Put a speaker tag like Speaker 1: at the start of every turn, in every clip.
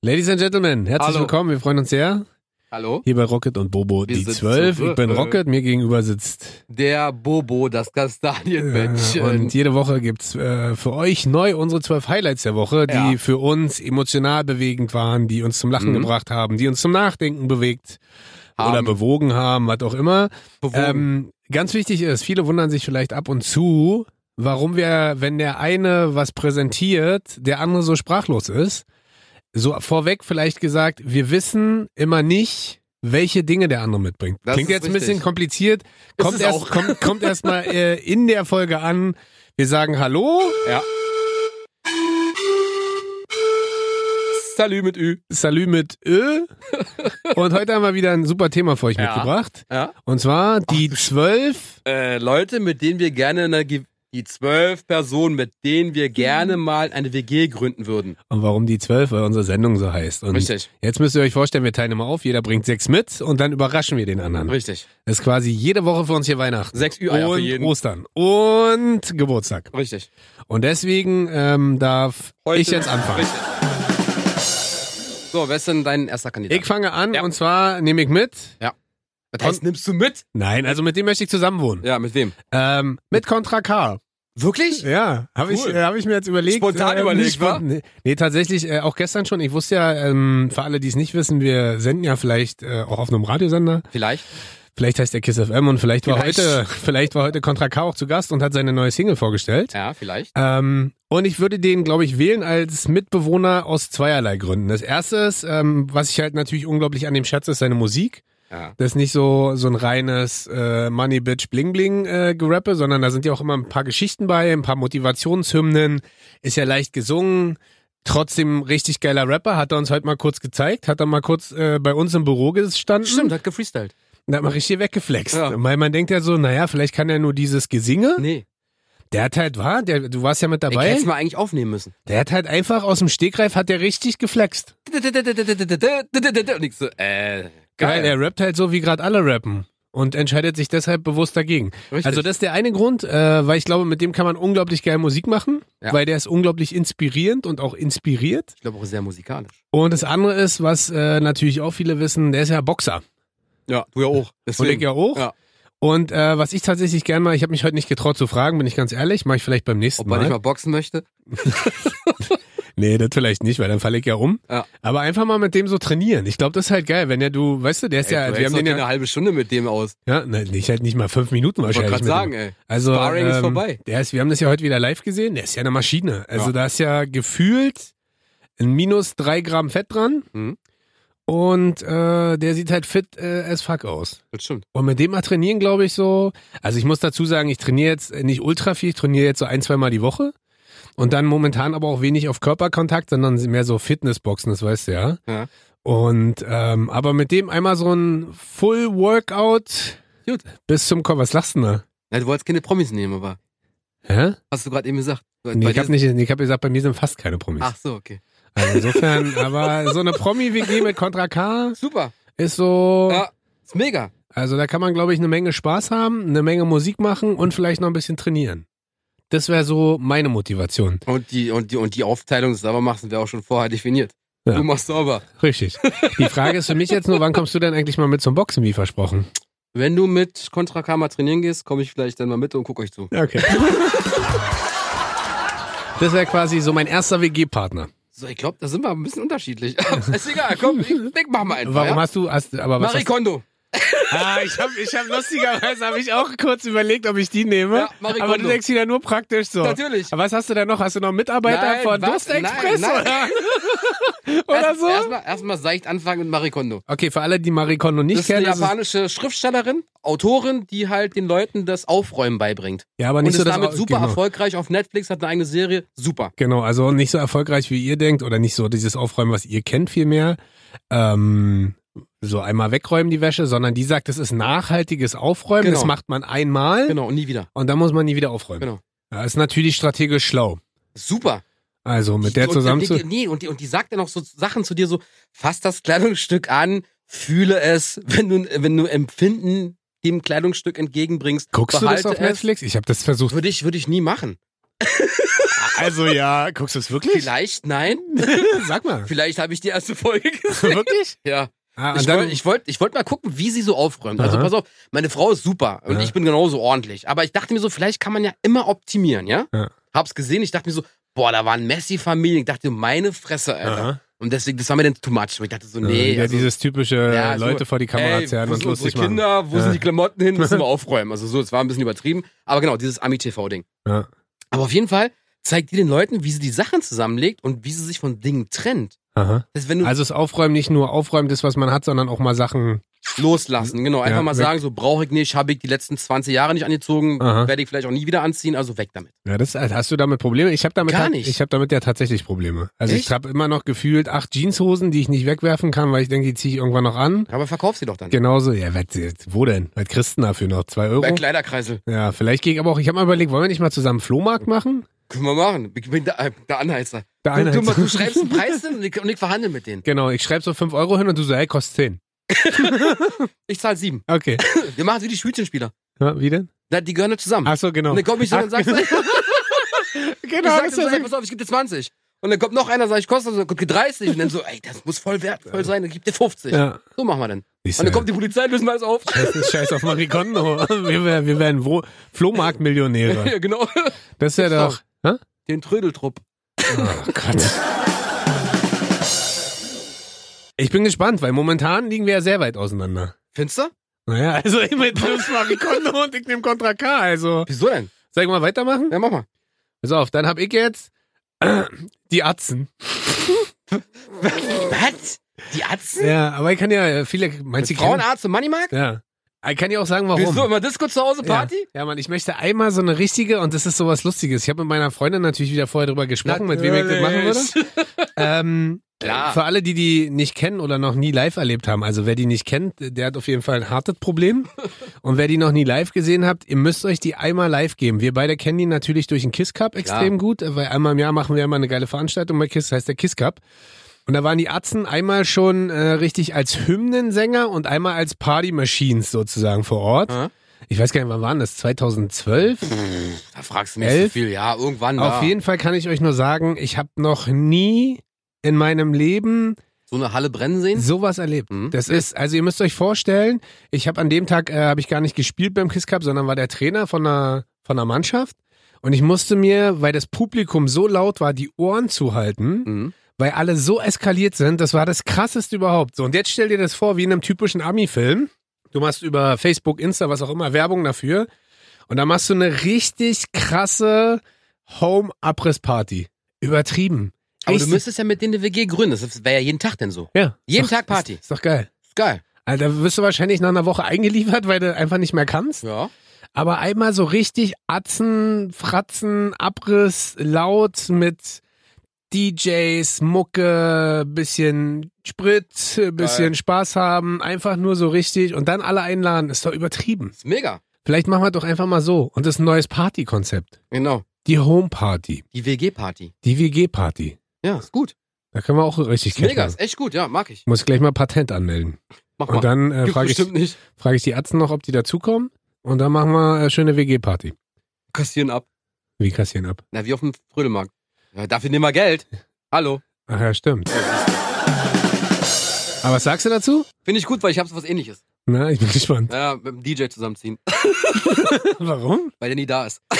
Speaker 1: Ladies and Gentlemen, herzlich
Speaker 2: Hallo.
Speaker 1: willkommen. Wir freuen uns sehr.
Speaker 2: Hallo?
Speaker 1: Hier bei Rocket und Bobo,
Speaker 2: Wir äh,
Speaker 1: die
Speaker 2: sind
Speaker 1: 12.
Speaker 2: zurück.
Speaker 1: Ich bin Rocket, mir gegenüber sitzt. äh,
Speaker 2: Der Bobo, das Kastanienmännchen.
Speaker 1: Und jede Woche gibt's äh, für euch neu unsere 12 Highlights der Woche, die
Speaker 2: Ja.
Speaker 1: für uns emotional bewegend waren, die uns zum Lachen
Speaker 2: Mhm.
Speaker 1: gebracht haben, die uns zum Nachdenken bewegt oder
Speaker 2: Haben.
Speaker 1: bewogen haben, was auch immer.
Speaker 2: Bewogen.
Speaker 1: Ähm, ganz wichtig ist, viele wundern sich vielleicht ab und zu, warum wir, wenn der eine was präsentiert, der andere so sprachlos ist. So vorweg vielleicht gesagt, wir wissen immer nicht, welche Dinge der andere mitbringt.
Speaker 2: Das
Speaker 1: Klingt
Speaker 2: ist
Speaker 1: jetzt ein
Speaker 2: richtig.
Speaker 1: bisschen kompliziert, kommt
Speaker 2: es
Speaker 1: erst,
Speaker 2: auch.
Speaker 1: kommt, kommt erst mal äh, in der Folge an. Wir sagen Hallo,
Speaker 2: ja. Salü mit Ü.
Speaker 1: Salü mit Ö. Und heute haben wir wieder ein super Thema für euch
Speaker 2: Ja. Oh,
Speaker 1: mitgebracht.
Speaker 2: Ja.
Speaker 1: Und zwar die zwölf
Speaker 2: Äh, Leute, mit denen wir gerne eine, Ge- die zwölf Personen, mit denen wir gerne mal eine WG gründen würden.
Speaker 1: Und warum die zwölf? Weil unsere Sendung so heißt. Und
Speaker 2: Richtig.
Speaker 1: jetzt müsst ihr euch vorstellen, wir teilen immer auf, jeder bringt sechs mit und dann überraschen wir den anderen.
Speaker 2: Richtig.
Speaker 1: Das ist quasi jede Woche für uns hier Weihnachten.
Speaker 2: Sechs Ü-Eier für
Speaker 1: Und
Speaker 2: jeden.
Speaker 1: Ostern. Und Geburtstag.
Speaker 2: Richtig.
Speaker 1: Und deswegen ähm, darf
Speaker 2: Heute-
Speaker 1: ich jetzt anfangen.
Speaker 2: Richtig. So, wer ist denn dein erster Kandidat?
Speaker 1: Ich fange an
Speaker 2: Ja.
Speaker 1: und zwar nehme ich mit.
Speaker 2: das heißt, nimmst du mit?
Speaker 1: Nein, also mit dem möchte ich zusammenwohnen.
Speaker 2: Ja, mit wem?
Speaker 1: Ähm, mit Contra K.
Speaker 2: Wirklich?
Speaker 1: Ja, habe ich,
Speaker 2: Cool.
Speaker 1: äh, hab ich mir jetzt überlegt. äh,
Speaker 2: Spontan überlegt,
Speaker 1: nicht spont- nee, nee, tatsächlich, äh, auch gestern schon. Ich wusste ja, ähm, für alle, die es nicht wissen, wir senden ja vielleicht äh, auch auf einem Radiosender.
Speaker 2: Vielleicht.
Speaker 1: Vielleicht heißt der Kiss FM und vielleicht war
Speaker 2: Vielleicht.
Speaker 1: heute, vielleicht war heute Contra K auch zu Gast und hat seine neue Single vorgestellt.
Speaker 2: Ja, vielleicht.
Speaker 1: Ähm, und ich würde den, glaube ich, wählen als Mitbewohner aus zweierlei Gründen. Das erste ist, ähm, was ich halt natürlich unglaublich an dem schätze, ist seine Musik.
Speaker 2: Ja.
Speaker 1: Das ist nicht so, so ein reines äh, Money Bitch Bling Bling äh, Gerappe, sondern da sind ja auch immer ein paar Geschichten bei, ein paar Motivationshymnen, ist ja leicht gesungen, trotzdem richtig geiler Rapper, hat er uns heute mal kurz gezeigt, hat er mal kurz äh, bei uns im Büro gestanden.
Speaker 2: Stimmt, hat gefreestylt.
Speaker 1: Da hat man richtig weggeflext.
Speaker 2: Ja.
Speaker 1: Weil man denkt ja so, naja, vielleicht kann er nur dieses Gesinge.
Speaker 2: Nee.
Speaker 1: Der hat halt, war, der, du warst ja mit
Speaker 2: Ich hätte
Speaker 1: dabei.
Speaker 2: es mal eigentlich aufnehmen müssen.
Speaker 1: Der hat halt einfach aus dem Stegreif, hat der richtig geflext.
Speaker 2: Und ich so, äh,
Speaker 1: Geil,
Speaker 2: geil.
Speaker 1: er rappt halt so, wie gerade alle rappen. Und entscheidet sich deshalb bewusst dagegen.
Speaker 2: Richtig.
Speaker 1: Also das ist der eine Grund, äh, weil ich glaube, mit dem kann man unglaublich geil Musik machen,
Speaker 2: Ja.
Speaker 1: weil der ist unglaublich inspirierend und auch inspiriert.
Speaker 2: ich glaube auch sehr musikalisch.
Speaker 1: Und das andere ist, was äh, natürlich auch viele wissen, der ist ja Boxer.
Speaker 2: Ja, du ja auch.
Speaker 1: Und ich ja auch.
Speaker 2: Ja.
Speaker 1: Und äh, was ich tatsächlich gerne mal, ich habe mich heute nicht getraut zu fragen, bin ich ganz ehrlich, mache ich vielleicht beim nächsten
Speaker 2: Ob
Speaker 1: Mal.
Speaker 2: man nicht mal boxen möchte?
Speaker 1: Nee, das vielleicht nicht, weil dann falle ich ja um.
Speaker 2: Ja.
Speaker 1: Aber einfach mal mit dem so trainieren. Ich glaube, das ist halt geil, wenn ja du, weißt du, der ist
Speaker 2: Ey,
Speaker 1: ja,
Speaker 2: du
Speaker 1: wir haben
Speaker 2: hältst
Speaker 1: den
Speaker 2: doch keine
Speaker 1: ja,
Speaker 2: halbe Stunde mit dem aus.
Speaker 1: ja ne, ich halt nicht mal fünf Minuten
Speaker 2: Ich
Speaker 1: wahrscheinlich.
Speaker 2: wollte gerade
Speaker 1: mit dem.
Speaker 2: sagen, ey.
Speaker 1: also,
Speaker 2: Sparring
Speaker 1: ähm,
Speaker 2: ist vorbei.
Speaker 1: Der ist, wir haben das ja heute wieder live gesehen, der ist ja eine Maschine. Also
Speaker 2: Ja.
Speaker 1: da ist ja gefühlt ein minus drei Gramm Fett dran
Speaker 2: Mhm.
Speaker 1: und äh, der sieht halt fit äh, as fuck aus.
Speaker 2: Das stimmt.
Speaker 1: Und mit dem mal trainieren, glaube ich, so. Also ich muss dazu sagen, ich trainiere jetzt nicht ultra viel, ich trainiere jetzt so ein, zwei Mal die Woche. Und dann momentan aber auch wenig auf Körperkontakt, sondern mehr so Fitnessboxen, das weißt du ja.
Speaker 2: Ja.
Speaker 1: Und ähm, aber mit dem einmal so ein Full Workout
Speaker 2: Gut.
Speaker 1: bis zum Kopf. Was lachst du denn
Speaker 2: Ja, du wolltest keine Promis nehmen, aber
Speaker 1: da? Hä?
Speaker 2: hast du gerade eben gesagt. Du-
Speaker 1: Nee,
Speaker 2: bei
Speaker 1: ich habe
Speaker 2: dir- Ah.
Speaker 1: nicht, ich habe gesagt, bei mir sind fast keine Promis.
Speaker 2: Ach so, okay.
Speaker 1: Also insofern, aber so eine Promi-WG mit Contra K
Speaker 2: Super.
Speaker 1: ist so.
Speaker 2: Ja, ist mega.
Speaker 1: Also da kann man, glaube ich, eine Menge Spaß haben, eine Menge Musik machen und vielleicht noch ein bisschen trainieren. Das wäre so meine Motivation.
Speaker 2: Und die, und die, und die Aufteilung des Saubermachens wäre auch schon vorher definiert.
Speaker 1: Ja.
Speaker 2: Du machst sauber.
Speaker 1: Richtig. Die Frage ist für mich jetzt nur, wann kommst du denn eigentlich mal mit zum Boxen, wie versprochen?
Speaker 2: Wenn du mit Contra Karma trainieren gehst, komme ich vielleicht dann mal mit und gucke euch zu.
Speaker 1: Okay. Das wäre quasi so mein erster WG-Partner.
Speaker 2: So, ich glaube, da sind wir ein bisschen unterschiedlich. ist egal, komm, ich, ich mach mal einfach.
Speaker 1: Warum
Speaker 2: ja?
Speaker 1: hast du, hast, aber was
Speaker 2: Marie
Speaker 1: hast,
Speaker 2: Kondo.
Speaker 1: ah, ich habe ich hab, lustigerweise habe ich auch kurz überlegt, ob ich die nehme.
Speaker 2: Ja, Marie
Speaker 1: aber du
Speaker 2: Kondo.
Speaker 1: denkst wieder nur praktisch so.
Speaker 2: Natürlich.
Speaker 1: Aber was hast du denn noch? Hast du noch einen Mitarbeiter
Speaker 2: Nein,
Speaker 1: von
Speaker 2: was?
Speaker 1: Durst Express
Speaker 2: Nein, nein.
Speaker 1: oder, oder
Speaker 2: Erst-
Speaker 1: so?
Speaker 2: Erstmal erstmal seicht anfangen mit Marie Kondo.
Speaker 1: Okay, für alle, die Marie Kondo nicht
Speaker 2: Das ist eine
Speaker 1: kennen, das ist,
Speaker 2: japanische Schriftstellerin, Autorin, die halt den Leuten das Aufräumen beibringt.
Speaker 1: ja, aber
Speaker 2: Und
Speaker 1: nicht
Speaker 2: ist
Speaker 1: so das
Speaker 2: damit
Speaker 1: Au-
Speaker 2: super
Speaker 1: genau.
Speaker 2: erfolgreich auf Netflix, hat eine eigene Serie. Super.
Speaker 1: Genau, also nicht so erfolgreich, wie ihr denkt, oder nicht so dieses Aufräumen, was ihr kennt vielmehr. Ähm, so einmal wegräumen die Wäsche, sondern die sagt, das ist nachhaltiges Aufräumen,
Speaker 2: Genau.
Speaker 1: das macht man einmal
Speaker 2: Genau, und nie wieder.
Speaker 1: und dann muss man nie wieder aufräumen.
Speaker 2: Genau.
Speaker 1: Ja, ist natürlich strategisch schlau.
Speaker 2: Super.
Speaker 1: Also mit der
Speaker 2: und,
Speaker 1: zusammen
Speaker 2: und,
Speaker 1: zu.
Speaker 2: die- Nee, und die, und die sagt dann auch so Sachen zu dir so, fass das Kleidungsstück an, fühle es, wenn du, wenn du Empfinden dem Kleidungsstück entgegenbringst.
Speaker 1: Guckst du das
Speaker 2: behalte
Speaker 1: auf
Speaker 2: es.
Speaker 1: Netflix? Ich habe das versucht.
Speaker 2: Würde ich, würde ich nie machen.
Speaker 1: Also ja, guckst du es wirklich?
Speaker 2: Vielleicht, nein.
Speaker 1: Sag mal.
Speaker 2: Vielleicht habe ich die erste Folge gesehen.
Speaker 1: wirklich?
Speaker 2: Ja.
Speaker 1: Ah,
Speaker 2: Ich
Speaker 1: und
Speaker 2: wollte
Speaker 1: dann,
Speaker 2: ich wollt, ich wollt mal gucken, wie sie so aufräumt. Also
Speaker 1: Aha.
Speaker 2: pass auf, meine Frau ist super und
Speaker 1: Ja.
Speaker 2: ich bin genauso ordentlich. Aber ich dachte mir so, vielleicht kann man ja immer optimieren, ja?
Speaker 1: Ja.
Speaker 2: Hab's gesehen, ich dachte mir so, boah, da waren Messi-Familien. Ich dachte, meine Fresse, Alter.
Speaker 1: Aha.
Speaker 2: Und deswegen, das war mir dann too much. Und Ich dachte so, nee.
Speaker 1: ja,
Speaker 2: also,
Speaker 1: dieses typische äh,
Speaker 2: Ja, so,
Speaker 1: Leute vor die Kamera
Speaker 2: ey,
Speaker 1: zerren
Speaker 2: wo
Speaker 1: und
Speaker 2: sind unsere
Speaker 1: lustig machen.
Speaker 2: Kinder, wo
Speaker 1: Ja.
Speaker 2: sind die Klamotten hin, müssen wir aufräumen. Also so, es war ein bisschen übertrieben. Aber genau, dieses Ami-TV-Ding.
Speaker 1: Ja.
Speaker 2: Aber auf jeden Fall zeigt die den Leuten, wie sie die Sachen zusammenlegt und wie sie sich von Dingen trennt.
Speaker 1: Aha.
Speaker 2: Das ist, wenn du
Speaker 1: Also das Aufräumen nicht nur aufräumen, das was man hat, sondern auch mal Sachen.
Speaker 2: loslassen, genau, einfach
Speaker 1: Ja,
Speaker 2: mal
Speaker 1: weg.
Speaker 2: sagen, so brauche ich nicht, habe ich die letzten 20 Jahre nicht angezogen,
Speaker 1: Aha.
Speaker 2: werde ich vielleicht auch nie wieder anziehen, also weg damit.
Speaker 1: Ja, das äh, hast du damit Probleme? Ich habe damit
Speaker 2: Gar
Speaker 1: ta-
Speaker 2: nicht.
Speaker 1: ich habe damit ja tatsächlich Probleme. Also
Speaker 2: Echt?
Speaker 1: ich habe immer noch gefühlt acht Jeanshosen, die ich nicht wegwerfen kann, weil ich denke, die ziehe ich irgendwann noch an.
Speaker 2: Aber verkauf sie doch dann.
Speaker 1: Genauso, ja, was, wo denn? Was kriegst du denn dafür noch? Zwei Euro?
Speaker 2: Bei Kleiderkreisel.
Speaker 1: Ja, vielleicht gehe ich aber auch, ich habe mal überlegt, wollen wir nicht mal zusammen Flohmarkt machen?
Speaker 2: Können wir machen. Ich bin der, äh, der Anheizer.
Speaker 1: Der
Speaker 2: Du, du,
Speaker 1: Einheits-
Speaker 2: du schreibst einen Preis hin und ich, und ich verhandle mit denen.
Speaker 1: Genau, ich schreibe so fünf Euro hin und du so, hey, kostet zehn.
Speaker 2: Ich zahle sieben.
Speaker 1: Okay.
Speaker 2: Wir machen wie die Schwütchenspieler.
Speaker 1: Ja, wie denn?
Speaker 2: Na, Die gehören nicht zusammen.
Speaker 1: Ach so, genau.
Speaker 2: Und dann komm ich so und sag, ich
Speaker 1: genau,
Speaker 2: sag,
Speaker 1: das
Speaker 2: ich
Speaker 1: ist
Speaker 2: sag,
Speaker 1: ja
Speaker 2: pass auf, ich geb dir 20. Und dann kommt noch einer, sag ich, kostet, dann kommt die 30. Und dann so, ey, das muss voll wertvoll sein, dann gibt dir 50.
Speaker 1: Ja.
Speaker 2: So machen wir dann.
Speaker 1: Siehst
Speaker 2: Und dann
Speaker 1: du.
Speaker 2: kommt die Polizei, lösen wir alles auf.
Speaker 1: Das ist Scheiß auf Marie Kondo. Wir, wär- wir werden wo Flohmarktmillionäre.
Speaker 2: Ja, genau.
Speaker 1: Das ist ja doch. Hä?
Speaker 2: Den Trödeltrupp.
Speaker 1: Oh Gott. Ich bin gespannt, weil momentan liegen wir ja sehr weit auseinander.
Speaker 2: Findest du?
Speaker 1: Naja, also ich mit nimmst Marie Kondo und ich nehme Contra K. Also,
Speaker 2: Wieso denn?
Speaker 1: sag ich mal weitermachen?
Speaker 2: Ja, mach mal.
Speaker 1: Pass auf, dann hab ich jetzt äh, die Atzen.
Speaker 2: Was? Die Atzen?
Speaker 1: Ja, aber ich kann ja äh, viele. Meinst du,
Speaker 2: Mit
Speaker 1: die kennen-
Speaker 2: Frauenarzt und Moneymark?
Speaker 1: Ja. Ich kann ja auch sagen, warum.
Speaker 2: Wieso immer Disco zu Hause, Party?
Speaker 1: Ja. ja, Mann, ich möchte einmal so eine richtige, und das ist sowas Lustiges. Ich habe mit meiner Freundin natürlich wieder vorher drüber gesprochen, mit wem ich das machen würde. Ähm,
Speaker 2: Klar.
Speaker 1: Für alle, die die nicht kennen oder noch nie live erlebt haben, also wer die nicht kennt, der hat auf jeden Fall ein hartes Problem. Und wer die noch nie live gesehen habt, ihr müsst euch die einmal live geben. Wir beide kennen die natürlich durch den Kiss Cup extrem gut, weil einmal im Jahr machen wir immer eine geile Veranstaltung bei Kiss, das heißt der Kiss Cup. Und da waren die Atzen einmal schon äh, richtig als Hymnensänger und einmal als Party Machines sozusagen vor Ort.
Speaker 2: Ja.
Speaker 1: Ich weiß gar nicht, wann waren das? 2012?
Speaker 2: Da fragst du mich so
Speaker 1: Elf?
Speaker 2: viel. Ja, irgendwann.
Speaker 1: Auf
Speaker 2: da.
Speaker 1: jeden Fall kann ich euch nur sagen, ich habe noch nie in meinem Leben
Speaker 2: So eine Halle brennen sehen?
Speaker 1: sowas erlebt.
Speaker 2: Mhm.
Speaker 1: Das ist, also ihr müsst euch vorstellen, ich habe an dem Tag, äh, habe ich gar nicht gespielt beim Kiss Cup, sondern war der Trainer von einer, von einer Mannschaft. Und ich musste mir, weil das Publikum so laut war, die Ohren zuhalten,
Speaker 2: Mhm.
Speaker 1: weil alle so eskaliert sind. Das war das krasseste überhaupt. So, und jetzt stell dir das vor, wie in einem typischen Ami-Film. Du machst über Facebook, Insta, was auch immer, Werbung dafür. Und dann machst du eine richtig krasse Home-Abriss-Party. Übertrieben.
Speaker 2: Aber du
Speaker 1: Richtig-
Speaker 2: müsstest ja mit denen eine WG gründen. Das wäre ja jeden Tag denn so.
Speaker 1: ja,
Speaker 2: jeden
Speaker 1: Ist
Speaker 2: Tag Party.
Speaker 1: Ist, ist doch geil.
Speaker 2: Ist geil.
Speaker 1: Also, da wirst du wahrscheinlich nach einer Woche eingeliefert, weil du einfach nicht mehr kannst.
Speaker 2: Ja.
Speaker 1: Aber einmal so richtig Atzen, Fratzen, Abriss, laut mit DJs, Mucke, bisschen Sprit, bisschen
Speaker 2: Geil.
Speaker 1: Spaß haben, einfach nur so richtig und dann alle einladen, ist doch übertrieben.
Speaker 2: Ist mega.
Speaker 1: Vielleicht machen wir doch einfach mal so und das ist ein neues Partykonzept.
Speaker 2: Genau.
Speaker 1: Die Home Party,
Speaker 2: Die WG-Party.
Speaker 1: die WG Party.
Speaker 2: Ja, ist gut.
Speaker 1: Da können wir auch richtig
Speaker 2: Ist mega.
Speaker 1: machen.
Speaker 2: Ist echt gut. Ja, mag ich.
Speaker 1: Ich muss gleich mal Patent anmelden.
Speaker 2: Mach mal.
Speaker 1: Und dann äh,
Speaker 2: Gibt's
Speaker 1: frage ich,
Speaker 2: bestimmt nicht.
Speaker 1: frag ich die Ärzte noch, ob die dazukommen und dann machen wir äh, schöne WG Party.
Speaker 2: Kassieren ab.
Speaker 1: Wie kassieren ab.
Speaker 2: Na, wie auf dem Frödelmarkt. Ja, dafür nehmen wir Geld. Hallo.
Speaker 1: Ach ja, stimmt. Aber was sagst du dazu?
Speaker 2: Finde ich gut, weil ich habe so was ähnliches.
Speaker 1: Na, ich bin gespannt.
Speaker 2: Ja, mit dem DJ zusammenziehen.
Speaker 1: Warum?
Speaker 2: weil der nie da ist.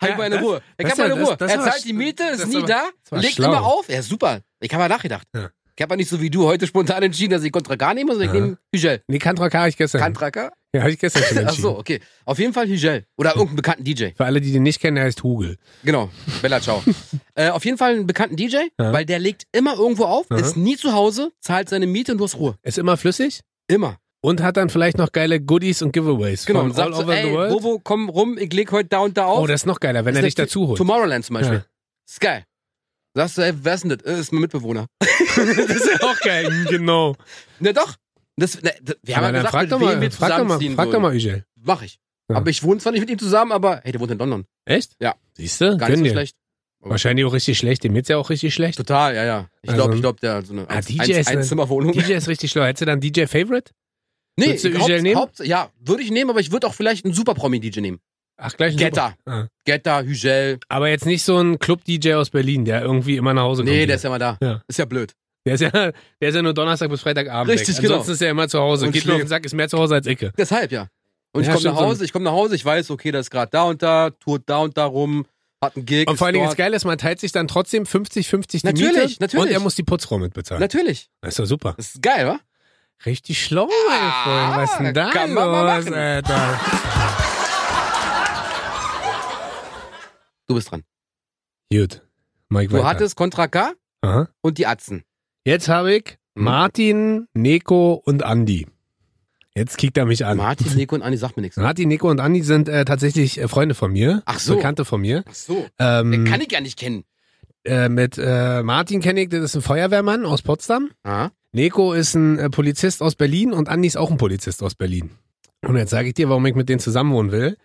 Speaker 2: Halt
Speaker 1: Ja,
Speaker 2: mal eine
Speaker 1: das-
Speaker 2: Ruhe. Ich
Speaker 1: das
Speaker 2: hab meine
Speaker 1: war- das-
Speaker 2: Ruhe.
Speaker 1: das
Speaker 2: er
Speaker 1: war
Speaker 2: zahlt
Speaker 1: sch-
Speaker 2: die Miete, ist
Speaker 1: das
Speaker 2: nie
Speaker 1: war-
Speaker 2: da,
Speaker 1: das war
Speaker 2: legt
Speaker 1: schlau.
Speaker 2: immer auf. Ja, super. Ich habe mal nachgedacht.
Speaker 1: Ja.
Speaker 2: Ich habe ja nicht so wie du heute spontan entschieden, dass ich Kontra gar nehme, sondern ich
Speaker 1: Ja.
Speaker 2: nehme Hügel.
Speaker 1: Nee, Kantra K habe ich gestern.
Speaker 2: Kantraka?
Speaker 1: ja, habe ich gestern schon
Speaker 2: Ach
Speaker 1: entschieden.
Speaker 2: so, okay. Auf jeden Fall Hügel. Oder irgendeinen bekannten DJ.
Speaker 1: Für alle, die den nicht kennen, der heißt Hugel.
Speaker 2: Genau. Bella Ciao. äh, auf jeden Fall einen bekannten DJ,
Speaker 1: Ja.
Speaker 2: weil der legt immer irgendwo auf,
Speaker 1: Ja.
Speaker 2: ist nie zu Hause, zahlt seine Miete und du hast Ruhe.
Speaker 1: Ist immer flüssig
Speaker 2: Immer.
Speaker 1: und hat dann vielleicht noch geile Goodies und Giveaways
Speaker 2: Genau.
Speaker 1: von
Speaker 2: Und
Speaker 1: all
Speaker 2: sagt so,
Speaker 1: over the
Speaker 2: ey,
Speaker 1: world.
Speaker 2: Bobo, komm rum, ich leg heute da und da auf.
Speaker 1: oh, das ist noch geiler, wenn er
Speaker 2: Ist
Speaker 1: dich
Speaker 2: der-
Speaker 1: dazu holt.
Speaker 2: Tomorrowland zum Beispiel.
Speaker 1: Ja.
Speaker 2: Ist geil. Sagst du, ey, wer ist denn das? Äh, Ist mein Mitbewohner.
Speaker 1: das ist ja auch geil. Hm, genau.
Speaker 2: Na doch. Das, na, das, wir haben ja
Speaker 1: dann
Speaker 2: gesagt,
Speaker 1: frag
Speaker 2: mit
Speaker 1: doch
Speaker 2: wem
Speaker 1: mal,
Speaker 2: wir
Speaker 1: frag doch mal,
Speaker 2: zusammenziehen
Speaker 1: frag doch
Speaker 2: würden.
Speaker 1: mal Ugel.
Speaker 2: Mach ich.
Speaker 1: Ja.
Speaker 2: Aber ich wohne zwar nicht mit ihm zusammen, aber hey, der wohnt in London.
Speaker 1: Echt?
Speaker 2: Ja.
Speaker 1: Siehst du?
Speaker 2: Gar nicht
Speaker 1: Gönn
Speaker 2: so
Speaker 1: dir.
Speaker 2: schlecht.
Speaker 1: Wahrscheinlich auch richtig schlecht. Dem geht's ja auch richtig schlecht.
Speaker 2: Total, ja, ja. Ich
Speaker 1: Also-
Speaker 2: glaube, ich glaube, der hat so eine
Speaker 1: Ah,
Speaker 2: Einz-
Speaker 1: DJ
Speaker 2: Einz-
Speaker 1: ist eine-
Speaker 2: Einzimmerwohnung.
Speaker 1: DJ ist richtig schlau. Hättest du dann DJ Favorite?
Speaker 2: nee,
Speaker 1: würdest du Ugel
Speaker 2: Haupt,
Speaker 1: nehmen?
Speaker 2: Haupt, ja, würde ich nehmen, aber ich würde auch vielleicht einen super Promi-DJ nehmen.
Speaker 1: Ach, gleich ein
Speaker 2: Getter.
Speaker 1: Super. Ah.
Speaker 2: Getter, Hügel.
Speaker 1: Aber jetzt nicht so ein Club-DJ aus Berlin, der irgendwie immer nach Hause kommt.
Speaker 2: Nee,
Speaker 1: hier.
Speaker 2: der ist ja mal da.
Speaker 1: Ja.
Speaker 2: Ist ja blöd.
Speaker 1: der, ist ja, der ist ja nur Donnerstag bis Freitagabend.
Speaker 2: Richtig,
Speaker 1: weg.
Speaker 2: genau.
Speaker 1: Ansonsten ist er immer zu Hause.
Speaker 2: Und
Speaker 1: Geht mir auf den
Speaker 2: schläft.
Speaker 1: Sack, ist mehr zu Hause als Icke.
Speaker 2: Deshalb ja. Und
Speaker 1: Ja,
Speaker 2: ich
Speaker 1: stimmt,
Speaker 2: komme nach
Speaker 1: so ein-
Speaker 2: Hause, ich komme nach Hause, ich weiß, okay, der ist gerade da und da, tourt da und da rum, hat einen Gig.
Speaker 1: Und vor allen Dingen das
Speaker 2: ist dort.
Speaker 1: Geile ist, man teilt sich dann trotzdem 50-50 die
Speaker 2: Natürlich,
Speaker 1: Miete
Speaker 2: natürlich.
Speaker 1: und er muss die Putzfrau mitbezahlen.
Speaker 2: Natürlich.
Speaker 1: Das ist doch super.
Speaker 2: Das ist geil, wa?
Speaker 1: Richtig schlau, mein Freund. Was ist denn da
Speaker 2: Ah, kann man mal
Speaker 1: los,
Speaker 2: machen.
Speaker 1: Alter?
Speaker 2: Du bist dran.
Speaker 1: Gut. Mike
Speaker 2: Du
Speaker 1: weiter.
Speaker 2: hattest Kontra K
Speaker 1: Aha.
Speaker 2: und die Atzen.
Speaker 1: Jetzt habe ich
Speaker 2: Hm.
Speaker 1: Martin, Nico und Andi. Jetzt kickt er mich an.
Speaker 2: Martin, Nico und Anni sagt mir nichts.
Speaker 1: Martin, Nico und Andi sind äh, tatsächlich äh, Freunde von mir.
Speaker 2: Ach so.
Speaker 1: Bekannte von mir.
Speaker 2: Ach so. Den
Speaker 1: Ähm,
Speaker 2: kann ich ja nicht kennen.
Speaker 1: äh, mit äh, Martin kenne ich, das ist ein Feuerwehrmann aus Potsdam.
Speaker 2: Aha.
Speaker 1: Nico ist ein äh, Polizist aus Berlin und Andi ist auch ein Polizist aus Berlin. Und jetzt sage ich dir, warum ich mit denen zusammenwohnen will.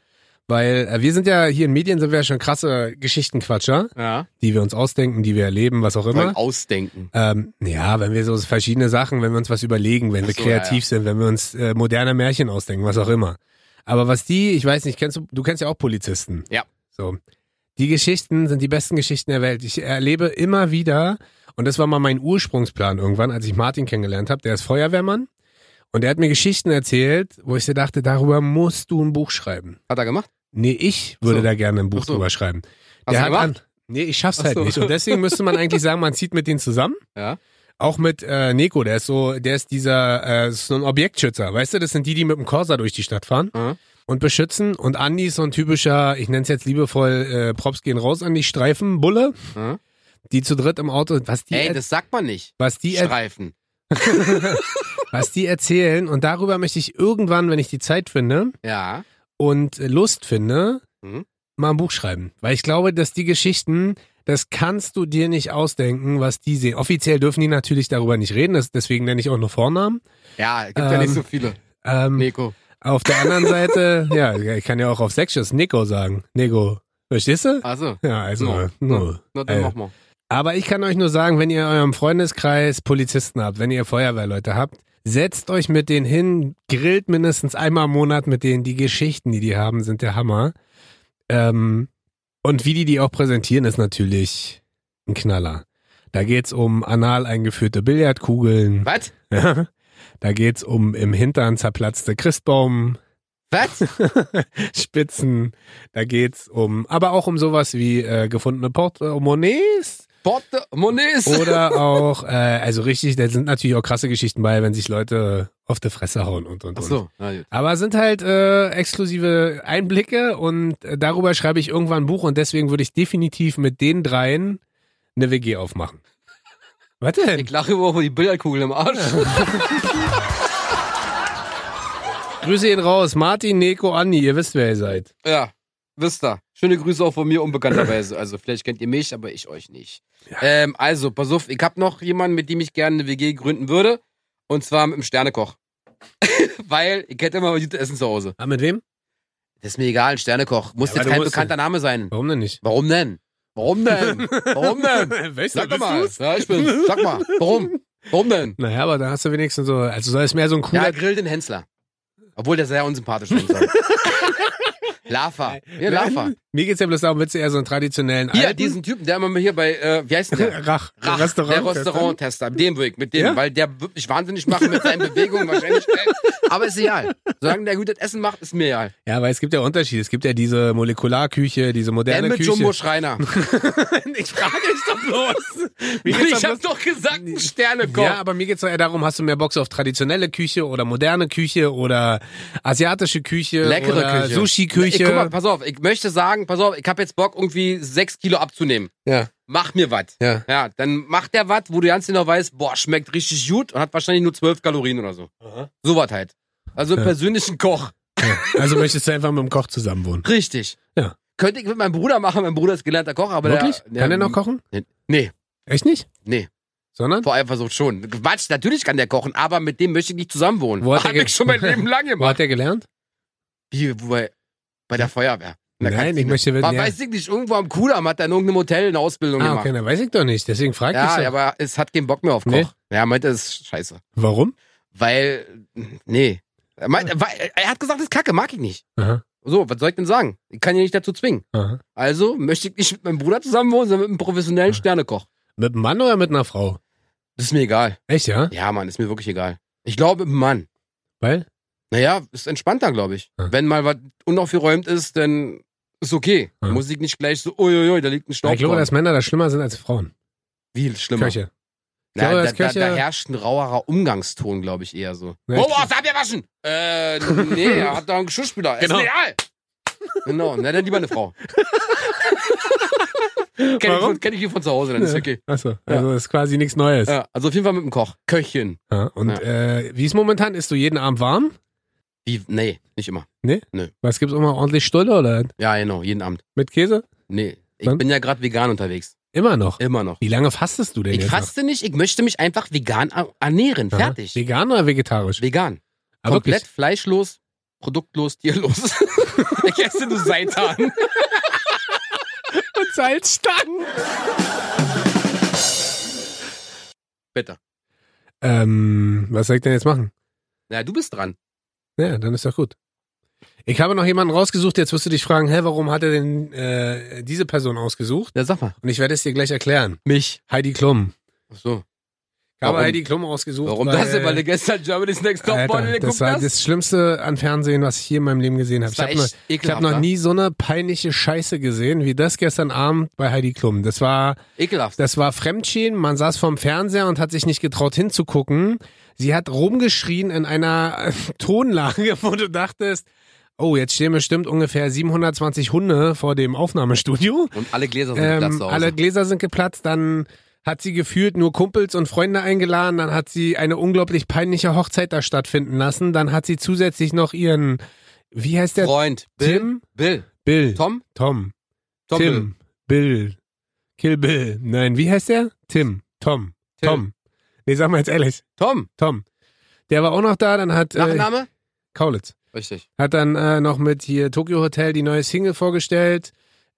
Speaker 1: Weil äh, wir sind ja hier in Medien, sind wir ja schon krasse Geschichtenquatscher,
Speaker 2: Ja.
Speaker 1: die wir uns ausdenken, die wir erleben, was auch immer.
Speaker 2: Wollen ausdenken.
Speaker 1: Ähm, ja, wenn wir so verschiedene Sachen, wenn wir uns was überlegen, wenn
Speaker 2: Ach
Speaker 1: wir
Speaker 2: so,
Speaker 1: kreativ
Speaker 2: ja, ja.
Speaker 1: sind, wenn wir uns äh, moderne Märchen ausdenken, was auch immer. Aber was die, ich weiß nicht, kennst du, du kennst ja auch Polizisten.
Speaker 2: Ja.
Speaker 1: So. Die Geschichten sind die besten Geschichten der Welt. Ich erlebe immer wieder, und das war mal mein Ursprungsplan irgendwann, als ich Martin kennengelernt habe, der ist Feuerwehrmann. Und der hat mir Geschichten erzählt, wo ich so dachte, darüber musst du ein Buch schreiben.
Speaker 2: Hat er gemacht?
Speaker 1: Nee, ich würde
Speaker 2: So.
Speaker 1: da gerne ein Buch
Speaker 2: Ach so.
Speaker 1: drüber schreiben.
Speaker 2: Hast
Speaker 1: Der
Speaker 2: du
Speaker 1: hat
Speaker 2: gemacht?
Speaker 1: an, nee, ich schaff's
Speaker 2: Ach
Speaker 1: halt
Speaker 2: so.
Speaker 1: nicht. Und deswegen müsste man eigentlich sagen, man zieht mit denen zusammen.
Speaker 2: Ja.
Speaker 1: Auch mit äh, Nico, der ist so, der ist dieser, äh, ist so ein Objektschützer, weißt du, das sind die, die mit dem Corsa durch die Stadt fahren
Speaker 2: Mhm.
Speaker 1: und beschützen. Und Andi ist so ein typischer, ich nenne es jetzt liebevoll, äh, Props gehen raus an die Streifenbulle,
Speaker 2: Mhm.
Speaker 1: die zu dritt im Auto, was die,
Speaker 2: Ey,
Speaker 1: er-
Speaker 2: das sagt man nicht.
Speaker 1: was, die er,
Speaker 2: Streifen.
Speaker 1: was die erzählen. Und darüber möchte ich irgendwann, wenn ich die Zeit finde
Speaker 2: Ja.
Speaker 1: und äh, Lust finde,
Speaker 2: Mhm.
Speaker 1: mal ein Buch schreiben. Weil ich glaube, dass die Geschichten, das kannst du dir nicht ausdenken, was die sehen. Offiziell dürfen die natürlich darüber nicht reden, das, deswegen nenne ich auch nur Vornamen.
Speaker 2: Ja, gibt ja nicht
Speaker 1: Ähm,
Speaker 2: so viele.
Speaker 1: Ähm,
Speaker 2: Nico.
Speaker 1: Auf der anderen Seite, ja, ich kann ja auch auf Sächsisch Nico sagen. Nico. Verstehst du?
Speaker 2: Also,
Speaker 1: Ja, also.
Speaker 2: No.
Speaker 1: No.
Speaker 2: na dann
Speaker 1: Äh,
Speaker 2: mach mal.
Speaker 1: Aber ich kann euch nur sagen, wenn ihr in eurem Freundeskreis Polizisten habt, wenn ihr Feuerwehrleute habt, setzt euch mit denen hin, grillt mindestens einmal im Monat mit denen. Die Geschichten, die die haben, sind der Hammer. Ähm, und wie die die auch präsentieren, ist natürlich ein Knaller. Da geht's um anal eingeführte Billardkugeln.
Speaker 2: Was?
Speaker 1: Ja. Da geht's um im Hintern zerplatzte Christbaum.
Speaker 2: Was?
Speaker 1: Spitzen. Da geht's um, aber auch um sowas wie äh, gefundene Portemonnaies
Speaker 2: Porte Monets.
Speaker 1: oder auch, äh, also richtig, da sind natürlich auch krasse Geschichten bei, wenn sich Leute auf die Fresse hauen und und und.
Speaker 2: Ach so. Na gut.
Speaker 1: Aber es sind halt äh, exklusive Einblicke und äh, darüber schreibe ich irgendwann ein Buch und deswegen würde ich definitiv mit den dreien eine WG aufmachen. Was denn?
Speaker 2: Ich lache immer über die Billardkugel im Arsch.
Speaker 1: Grüße ihn raus. Martin, Neko, Andi, ihr wisst, wer ihr seid.
Speaker 2: Ja, wisst ihr. Schöne Grüße auch von mir unbekannterweise. Also vielleicht kennt ihr mich, aber ich euch nicht. Ähm, also, pass auf, ich habe noch jemanden, mit dem ich gerne eine WG gründen würde. Und zwar mit dem Sternekoch. Weil ich hätte immer gutes Essen zu Hause.
Speaker 1: Ah, mit wem?
Speaker 2: Das ist mir egal, ein Sternekoch. Muss
Speaker 1: Ja, aber
Speaker 2: jetzt
Speaker 1: du
Speaker 2: kein
Speaker 1: musst-
Speaker 2: bekannter Name sein.
Speaker 1: Warum denn nicht?
Speaker 2: Warum denn? Warum denn? Warum denn?
Speaker 1: Weißt
Speaker 2: Sag doch mal. Ja, ich bin. Sag mal. Warum? Warum denn?
Speaker 1: Naja, aber da hast du wenigstens so, also soll es mehr so ein
Speaker 2: Ja,
Speaker 1: cooler...
Speaker 2: grill den Hensler. Obwohl der sehr unsympathisch ist. Lava. Ja, Lava.
Speaker 1: Nein, Mir geht's ja bloß darum, willst du eher so einen traditionellen
Speaker 2: Hier,
Speaker 1: alten
Speaker 2: diesen Typen, der immer mal hier bei, äh, wie heißt denn der?
Speaker 1: Rach,
Speaker 2: Rach,
Speaker 1: Restaurant.
Speaker 2: der Restaurant-Tester, mit dem Weg, mit dem,
Speaker 1: Ja?
Speaker 2: weil der wird mich wahnsinnig machen mit seinen Bewegungen wahrscheinlich. Äh, Aber ist egal. Solange der gutes Essen macht, ist mir egal.
Speaker 1: Ja, weil es gibt ja Unterschiede. Es gibt ja diese Molekularküche, diese
Speaker 2: Denn
Speaker 1: moderne
Speaker 2: mit
Speaker 1: Küche.
Speaker 2: Jumbo Schreiner.
Speaker 1: ich frage dich doch bloß. Mir geht's
Speaker 2: Ich
Speaker 1: doch
Speaker 2: hab
Speaker 1: bloß
Speaker 2: doch gesagt, ein Sternekoch.
Speaker 1: ja, aber mir geht's doch eher darum, hast du mehr Bock auf traditionelle Küche oder moderne Küche oder asiatische Küche
Speaker 2: Leckere
Speaker 1: oder
Speaker 2: Küche. Ich,
Speaker 1: Sushi-Küche?
Speaker 2: guck mal, pass auf, ich möchte sagen, pass auf, ich habe jetzt Bock, irgendwie sechs Kilo abzunehmen.
Speaker 1: ja,
Speaker 2: Mach mir was.
Speaker 1: ja.
Speaker 2: Ja, dann macht der was, wo du ganz genau weißt, boah, schmeckt richtig gut und hat wahrscheinlich nur zwölf Kalorien oder so. So was halt. Also
Speaker 1: Ja.
Speaker 2: persönlichen Koch.
Speaker 1: Also möchtest du einfach mit dem Koch zusammenwohnen?
Speaker 2: Richtig.
Speaker 1: Ja.
Speaker 2: Könnte ich mit meinem Bruder machen, mein Bruder ist gelernter Koch, aber
Speaker 1: Wirklich?
Speaker 2: der.
Speaker 1: Kann er noch kochen?
Speaker 2: Nee,
Speaker 1: Echt nicht?
Speaker 2: nee.
Speaker 1: Sondern?
Speaker 2: Vor Eifersucht schon. Quatsch, natürlich kann der kochen, aber mit dem möchte ich nicht zusammenwohnen.
Speaker 1: Wo hat
Speaker 2: Hab
Speaker 1: er ge-
Speaker 2: ich schon mein Leben lang
Speaker 1: Wo
Speaker 2: gemacht.
Speaker 1: hat er gelernt?
Speaker 2: Wie, wo bei, bei der Feuerwehr. In der
Speaker 1: Nein,
Speaker 2: Kantine.
Speaker 1: ich möchte wissen.
Speaker 2: Aber
Speaker 1: Ja.
Speaker 2: weiß ich nicht, irgendwo am Kudamm hat er in irgendeinem Hotel eine Ausbildung
Speaker 1: Ah,
Speaker 2: gemacht.
Speaker 1: okay, dann weiß ich doch nicht. Deswegen frage ich
Speaker 2: Ja,
Speaker 1: dich.
Speaker 2: aber es hat keinen Bock mehr auf Koch.
Speaker 1: Nee.
Speaker 2: Ja, meinte, das ist scheiße.
Speaker 1: Warum?
Speaker 2: Weil, nee. Er, meint, weil, er hat gesagt, das ist kacke, mag ich nicht.
Speaker 1: Aha.
Speaker 2: So, was soll ich denn sagen? Ich kann ihn nicht dazu zwingen.
Speaker 1: Aha.
Speaker 2: Also möchte ich nicht mit meinem Bruder zusammen wohnen, sondern mit einem professionellen Sternekoch.
Speaker 1: Mit einem Mann oder mit einer Frau?
Speaker 2: Das ist mir egal.
Speaker 1: Echt, ja?
Speaker 2: Ja, Mann, ist mir wirklich egal. Ich glaube, mit einem Mann.
Speaker 1: Weil?
Speaker 2: Naja, ist entspannter, glaube ich.
Speaker 1: Ja.
Speaker 2: Wenn mal was unaufgeräumt ist, dann ist okay.
Speaker 1: Ja.
Speaker 2: Muss ich nicht gleich so, uiuiui, da liegt ein
Speaker 1: Ich glaube,
Speaker 2: Staubkorn.
Speaker 1: dass Männer da schlimmer sind als Frauen.
Speaker 2: Viel schlimmer.
Speaker 1: Köche.
Speaker 2: Na,
Speaker 1: glaube,
Speaker 2: da,
Speaker 1: dass
Speaker 2: da,
Speaker 1: Köche-
Speaker 2: da herrscht ein rauerer Umgangston, glaube ich, eher so.
Speaker 1: Ja,
Speaker 2: oh,
Speaker 1: ich-
Speaker 2: was habt ihr waschen? Äh, nee, er hat da einen Geschirrspüler.
Speaker 1: Genau.
Speaker 2: Ist mir egal. Genau, na dann lieber eine Frau. Kenn ich,
Speaker 1: Warum?
Speaker 2: von- kenn ich hier von zu Hause, dann ist
Speaker 1: Ja.
Speaker 2: okay.
Speaker 1: Achso, also ist quasi nichts Neues.
Speaker 2: Ja, also auf jeden Fall mit dem Koch. Köchin.
Speaker 1: Ja, und
Speaker 2: Ja.
Speaker 1: Äh, wie ist momentan? Isst du jeden Abend warm?
Speaker 2: Wie, nee, nicht immer.
Speaker 1: Was gibt's immer ordentlich Stulle oder
Speaker 2: Ja, genau, jeden Abend.
Speaker 1: mit Käse?
Speaker 2: Nee, ich
Speaker 1: Dann?
Speaker 2: bin ja gerade vegan unterwegs.
Speaker 1: Immer noch.
Speaker 2: Immer noch.
Speaker 1: Wie lange fastest du denn
Speaker 2: Ich
Speaker 1: jetzt?
Speaker 2: faste nicht, ich möchte mich einfach vegan a- ernähren.
Speaker 1: noch?
Speaker 2: Fertig.
Speaker 1: Aha. Vegan oder vegetarisch?
Speaker 2: Vegan.
Speaker 1: Ah,
Speaker 2: Komplett
Speaker 1: wirklich?
Speaker 2: fleischlos, produktlos, tierlos. ich esse nur Seitan.
Speaker 1: Und Salzstangen.
Speaker 2: Bitte.
Speaker 1: Ähm, was soll ich denn jetzt machen?
Speaker 2: Na, du bist dran.
Speaker 1: Ja, dann ist doch gut. Ich habe noch jemanden rausgesucht, jetzt wirst du dich fragen, hä, warum hat er denn äh, diese Person ausgesucht?
Speaker 2: Ja, sag mal.
Speaker 1: Und ich werde es dir gleich erklären.
Speaker 2: Mich.
Speaker 1: Heidi Klum.
Speaker 2: Ach so.
Speaker 1: Ich habe
Speaker 2: Warum?
Speaker 1: Heidi Klum ausgesucht.
Speaker 2: Warum
Speaker 1: weil,
Speaker 2: das denn? Weil du gestern Germany's Next Top
Speaker 1: Alter,
Speaker 2: Model
Speaker 1: das
Speaker 2: geguckt
Speaker 1: war
Speaker 2: hast?
Speaker 1: das Schlimmste an Fernsehen, was ich je in meinem Leben gesehen habe.
Speaker 2: Das
Speaker 1: Ich
Speaker 2: war
Speaker 1: habe noch,
Speaker 2: echt
Speaker 1: ich hab
Speaker 2: ekelhaft,
Speaker 1: noch
Speaker 2: ne?
Speaker 1: nie so eine peinliche Scheiße gesehen wie das gestern Abend bei Heidi Klum. Das war,
Speaker 2: Ekelhaft.
Speaker 1: das war Fremdschämen. Man saß vorm Fernseher und hat sich nicht getraut hinzugucken. Sie hat rumgeschrien in einer äh, Tonlage, wo du dachtest, oh, jetzt stehen bestimmt ungefähr 720 Hunde vor dem Aufnahmestudio.
Speaker 2: Und alle Gläser sind geplatzt
Speaker 1: Ähm,
Speaker 2: zu Hause.
Speaker 1: alle Gläser sind geplatzt, dann hat sie gefühlt nur Kumpels und Freunde eingeladen, dann hat sie eine unglaublich peinliche Hochzeit da stattfinden lassen, dann hat sie zusätzlich noch ihren, wie heißt der?
Speaker 2: Freund. Bill.
Speaker 1: Tim?
Speaker 2: Bill.
Speaker 1: Bill.
Speaker 2: Tom?
Speaker 1: Tom.
Speaker 2: Tom Bill.
Speaker 1: Tim. Bill. Kill Bill. Nein, wie heißt der? Tim. Tom.
Speaker 2: Till.
Speaker 1: Tom. Nee, sag mal jetzt ehrlich.
Speaker 2: Tom.
Speaker 1: Tom. Der war auch noch da, dann hat äh,
Speaker 2: Nachname?
Speaker 1: Kaulitz.
Speaker 2: Richtig.
Speaker 1: Hat dann äh, noch mit hier Tokyo Hotel die neue Single vorgestellt.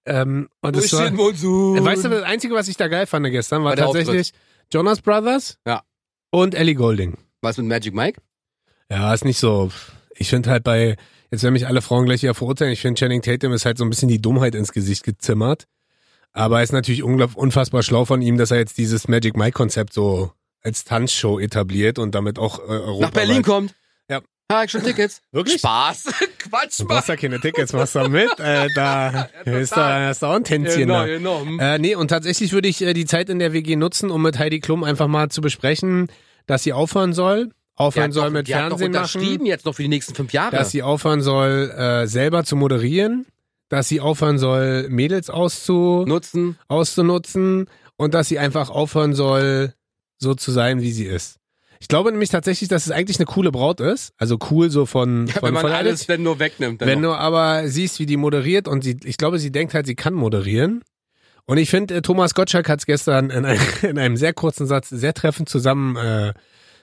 Speaker 1: Ähm, und das war, Äh,
Speaker 2: Monsun.
Speaker 1: Weißt du, das Einzige, was ich da geil fand gestern, war
Speaker 2: War der
Speaker 1: tatsächlich Jonas Brothers
Speaker 2: Ja.
Speaker 1: und Ellie Golding.
Speaker 2: Was mit Magic Mike?
Speaker 1: Ja, ist nicht so. Ich finde halt bei, jetzt werden mich alle Frauen gleich wieder verurteilen, ich finde Channing Tatum ist halt so ein bisschen die Dummheit ins Gesicht gezimmert. Aber ist natürlich unglaublich unfassbar schlau von ihm, dass er jetzt dieses Magic Mike-Konzept so als Tanzshow etabliert und damit auch äh, Europa.
Speaker 2: Nach Berlin kommt.
Speaker 1: Ja.
Speaker 2: Ha, ich schon Tickets.
Speaker 1: Wirklich?
Speaker 2: Spaß. Quatsch,
Speaker 1: Du
Speaker 2: Mann.
Speaker 1: brauchst ja keine Tickets, machst da mit, äh, da ist da, ist da auch ein Tänzchen da.
Speaker 2: genau. Hm.
Speaker 1: Äh, nee, und tatsächlich würde ich äh, die Zeit in der WG nutzen, um mit Heidi Klum einfach mal zu besprechen, dass sie aufhören soll,
Speaker 2: Die
Speaker 1: aufhören
Speaker 2: hat
Speaker 1: soll
Speaker 2: doch-
Speaker 1: mit
Speaker 2: die hat doch
Speaker 1: Fernsehen
Speaker 2: unterschrieben
Speaker 1: machen,
Speaker 2: jetzt noch für die nächsten fünf Jahre.
Speaker 1: dass sie aufhören soll, äh, selber zu moderieren, dass sie aufhören soll, Mädels auszu
Speaker 2: Nutzen.
Speaker 1: auszunutzen und dass sie einfach aufhören soll, so zu sein, wie sie ist. Ich glaube nämlich tatsächlich, dass es eigentlich eine coole Braut ist. Also cool so von,
Speaker 2: Ja,
Speaker 1: von,
Speaker 2: wenn man
Speaker 1: von
Speaker 2: alles denn nur wegnimmt. Dann
Speaker 1: wenn
Speaker 2: noch.
Speaker 1: du aber siehst, wie die moderiert und sie, ich glaube, sie denkt halt, sie kann moderieren. Und ich finde, äh, Thomas Gottschalk hat es gestern in, ein, in einem sehr kurzen Satz sehr treffend zusammengefasst, äh,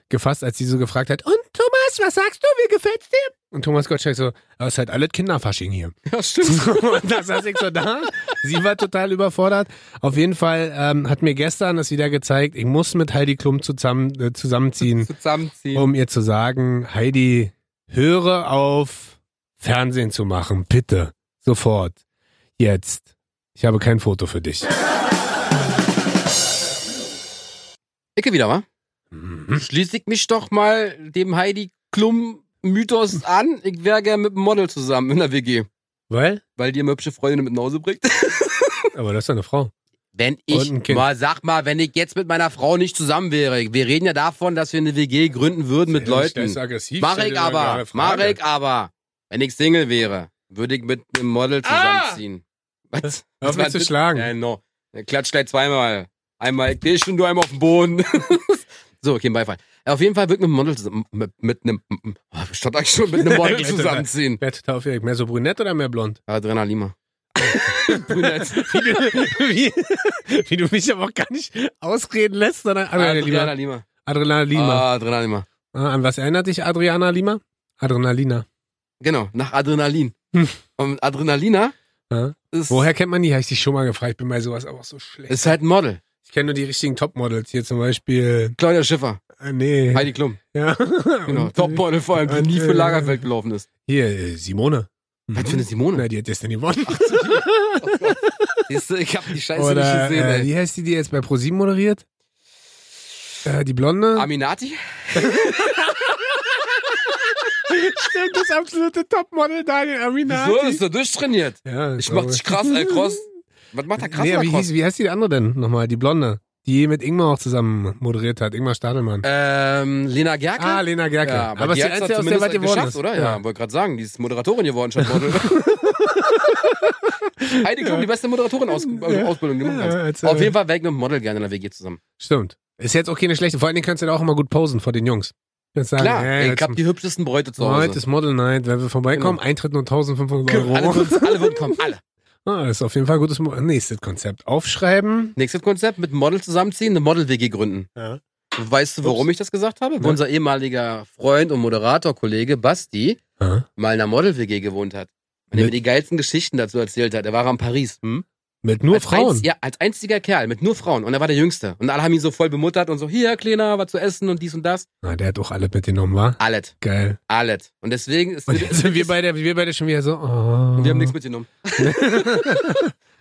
Speaker 1: gefasst, als sie so gefragt hat, und Thomas, was sagst du, wie gefällt's dir? Und Thomas Gottschalk so, das ist halt alles Kinderfasching hier.
Speaker 2: Ja, stimmt.
Speaker 1: und da saß ich so da, sie war total überfordert. Auf jeden Fall ähm, hat mir gestern das wieder gezeigt, ich muss mit Heidi Klum zusammen, äh, zusammenziehen,
Speaker 2: Zusammenziehen.
Speaker 1: um ihr zu sagen, Heidi, höre auf, Fernsehen zu machen, bitte, sofort, jetzt. Ich habe kein Foto für dich.
Speaker 2: Icke wieder, wa? Schließe ich mich doch mal dem Heidi Klum Mythos an. Ich wäre gern mit einem Model zusammen in der WG.
Speaker 1: Weil?
Speaker 2: Weil die immer hübsche Freundin mit nach Hause bringt.
Speaker 1: Aber das ist doch eine Frau.
Speaker 2: Wenn
Speaker 1: Und ein
Speaker 2: ich
Speaker 1: Kind.
Speaker 2: mal, sag mal, wenn ich jetzt mit meiner Frau nicht zusammen wäre, wir reden ja davon, dass wir eine WG gründen würden mit Leuten.
Speaker 1: aggressiv.
Speaker 2: Mach ich aber, mach ich aber. Wenn ich Single wäre, würde ich mit einem Model
Speaker 1: Ah!
Speaker 2: zusammenziehen. Was?
Speaker 1: Hör auf mich zu schlagen.
Speaker 2: Ja, no. Dann Klatsch gleich zweimal. Einmal ich dich und du einmal auf den Boden. so, okay, Beifall. Auf jeden Fall würde ich mit einem Model zusammen, mit, mit einem, oh, stotter ich schon, mit einem Model
Speaker 1: Gleich total.
Speaker 2: zusammenziehen.
Speaker 1: Wer total aufgeregt? Mehr so brünett oder mehr blond?
Speaker 2: Adrenalima. Brünett.
Speaker 1: Wie du, wie, wie du mich aber auch gar nicht ausreden lässt, sondern Adrenalin Lima.
Speaker 2: Adrenalima.
Speaker 1: Adrenalin Lima.
Speaker 2: Ah, Adrenalima.
Speaker 1: Ah, an was erinnert dich Adriana Lima? Adrenalina.
Speaker 2: Genau, nach Adrenalin.
Speaker 1: Hm.
Speaker 2: Und Adrenalina
Speaker 1: Ja.
Speaker 2: ist,
Speaker 1: Woher kennt man die? Habe ich dich schon mal gefragt. Ich bin bei sowas aber auch so schlecht.
Speaker 2: ist halt ein Model.
Speaker 1: Ich kenne nur die richtigen Topmodels. Hier zum Beispiel.
Speaker 2: Claudia Schiffer,
Speaker 1: Äh, nee.
Speaker 2: Heidi Klum.
Speaker 1: Ja.
Speaker 2: Genau,
Speaker 1: Und, äh,
Speaker 2: Topmodel vor allem, die
Speaker 1: und,
Speaker 2: nie
Speaker 1: äh,
Speaker 2: für Lagerfeld gelaufen ist.
Speaker 1: Hier, äh, Simone.
Speaker 2: Was für eine Simone?
Speaker 1: Na, die hat gestern gewonnen.
Speaker 2: Siehst du, ich hab die Scheiße
Speaker 1: Oder
Speaker 2: nicht gesehen,
Speaker 1: äh,
Speaker 2: ey.
Speaker 1: wie heißt die, die jetzt bei ProSieben moderiert? Äh, die Blonde.
Speaker 2: Ah. Aminati?
Speaker 1: Stimmt, das absolute Topmodel Daniel
Speaker 2: Wieso? Ist so durchtrainiert.
Speaker 1: Ja,
Speaker 2: Ich mach dich krass, ey, Cross. Was macht der krass
Speaker 1: Nee,
Speaker 2: oder
Speaker 1: wie,
Speaker 2: Cross?
Speaker 1: hieß, wie heißt die andere denn nochmal? Die Blonde, die mit Ingmar auch zusammen moderiert hat. Ingmar Stadelmann.
Speaker 2: Ähm, Lena Gerke?
Speaker 1: ah, Lena Gerke.
Speaker 2: Ja, aber,
Speaker 1: aber
Speaker 2: die
Speaker 1: sie
Speaker 2: hat's
Speaker 1: ist
Speaker 2: doch
Speaker 1: die einzige, aus der
Speaker 2: zumindest
Speaker 1: was geworden ist.
Speaker 2: geschafft, oder? Ja, wollte gerade sagen, die ist Moderatorin geworden statt Model. Heidi Klum, die beste Moderatorin aus, also
Speaker 1: Ja.
Speaker 2: Ausbildung, die du machen
Speaker 1: Ja, als,
Speaker 2: kannst.
Speaker 1: äh,
Speaker 2: Auf jeden Fall weg mit dem Model gerne in der WG zusammen.
Speaker 1: Stimmt. Ist jetzt auch keine schlechte. Vor allen Dingen kannst du da auch immer gut posen vor den Jungs. Kannst sagen,
Speaker 2: Klar,
Speaker 1: hey,
Speaker 2: ich
Speaker 1: jetzt-
Speaker 2: hab die hübschesten Bräute zu
Speaker 1: Heute
Speaker 2: Hause. Genau.
Speaker 1: ist Model Night, wenn wir vorbeikommen, Eintritt nur 1500 Euro.
Speaker 2: Alle würden, alle würden kommen, alle.
Speaker 1: Ah, das ist auf jeden Fall ein gutes Mo nächstes Konzept. Aufschreiben.
Speaker 2: Nächstes Konzept, mit Model zusammenziehen, eine Model-WG gründen.
Speaker 1: Ja.
Speaker 2: Weißt du, warum
Speaker 1: Ups.
Speaker 2: ich das gesagt habe? Weil
Speaker 1: Ja.
Speaker 2: Unser ehemaliger Freund und Moderator, Kollege Basti,
Speaker 1: Ah,
Speaker 2: mal in einer Model-WG gewohnt hat. Und er mir
Speaker 1: Mit-
Speaker 2: die geilsten Geschichten dazu erzählt hat. Er war in Paris. Hm?
Speaker 1: mit nur
Speaker 2: als
Speaker 1: Frauen.
Speaker 2: Einz, ja, als einziger Kerl mit nur Frauen. Und er war der Jüngste. Und alle haben ihn so voll bemuttert und so, hier, Kleiner, was zu essen und dies und das.
Speaker 1: Ah, der hat auch alle mitgenommen, war?
Speaker 2: Alles,
Speaker 1: Geil.
Speaker 2: alles. Und deswegen ist
Speaker 1: Und jetzt sind wir
Speaker 2: ist-
Speaker 1: beide, wir beide schon wieder so. Oh.
Speaker 2: wir haben nichts mitgenommen.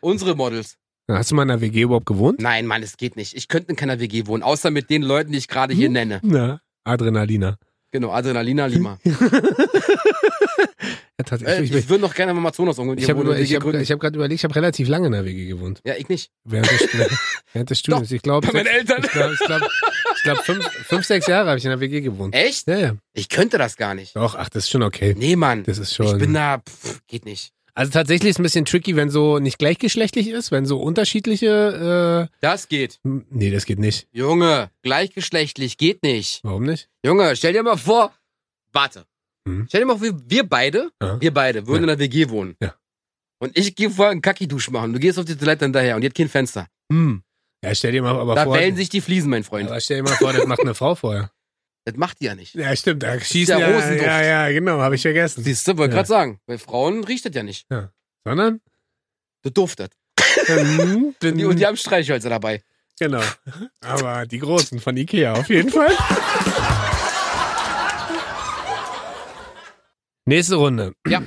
Speaker 2: Unsere Models.
Speaker 1: Hast du mal in einer WG überhaupt gewohnt?
Speaker 2: Nein, Mann, es geht nicht. Ich könnte in keiner WG wohnen, außer mit den Leuten, die ich gerade
Speaker 1: Hm?
Speaker 2: hier nenne.
Speaker 1: Na, Adrenalina.
Speaker 2: Genau, Adrenalina Lima.
Speaker 1: Ja, tatsächlich.
Speaker 2: Äh,
Speaker 1: ich
Speaker 2: ich würde noch gerne mal Amazonas irgendwo
Speaker 1: ich habe
Speaker 2: irgendwo eine WG
Speaker 1: hab,
Speaker 2: gründen.
Speaker 1: ich hab gerade überlegt, ich habe relativ lange in einer WG gewohnt.
Speaker 2: Ja, ich nicht.
Speaker 1: Während des, Stu- während des Studiums. Ich glaube,
Speaker 2: Bei meinen
Speaker 1: ich
Speaker 2: Eltern.
Speaker 1: glaube, ich glaub, ich glaub fünf, fünf, sechs Jahre habe ich in einer WG gewohnt.
Speaker 2: Echt?
Speaker 1: Ja, ja.
Speaker 2: Ich könnte das gar nicht.
Speaker 1: Doch, ach, das ist schon okay.
Speaker 2: Nee, Mann.
Speaker 1: Das ist schon.
Speaker 2: Ich bin da, pff, geht nicht.
Speaker 1: Also tatsächlich ist es ein bisschen tricky, wenn so nicht gleichgeschlechtlich ist, wenn so unterschiedliche.
Speaker 2: Das geht.
Speaker 1: Äh, m- nee, das geht nicht.
Speaker 2: Junge, gleichgeschlechtlich geht nicht.
Speaker 1: Warum nicht?
Speaker 2: Junge, stell dir mal vor, warte.
Speaker 1: Hm?
Speaker 2: Stell dir mal vor, wir- wir beide,
Speaker 1: Ja.
Speaker 2: wir beide würden in der WG wohnen.
Speaker 1: Ja.
Speaker 2: Und ich gehe vorher einen Kacki-Dusch machen. Du gehst auf die Toilette hinterher und die hat kein Fenster. Hm.
Speaker 1: Ja, stell dir mal aber
Speaker 2: Da
Speaker 1: vor.
Speaker 2: bellen sich die Fliesen, mein Freund.
Speaker 1: aber stell dir mal vor, das macht eine Frau vorher.
Speaker 2: Das macht die ja nicht.
Speaker 1: Ja, stimmt. Da
Speaker 2: Der
Speaker 1: schießen ja,
Speaker 2: Rosenduft.
Speaker 1: ja, ja, genau, habe ich vergessen.
Speaker 2: Siehst du, wollte
Speaker 1: Ja.
Speaker 2: grad sagen. Bei Frauen riecht das ja nicht.
Speaker 1: Sondern?
Speaker 2: Das duftet.
Speaker 1: Ähm,
Speaker 2: Und die, und die haben Streichhölzer dabei.
Speaker 1: Genau. Aber die großen von Ikea auf jeden Fall. Nächste Runde.
Speaker 2: Ja.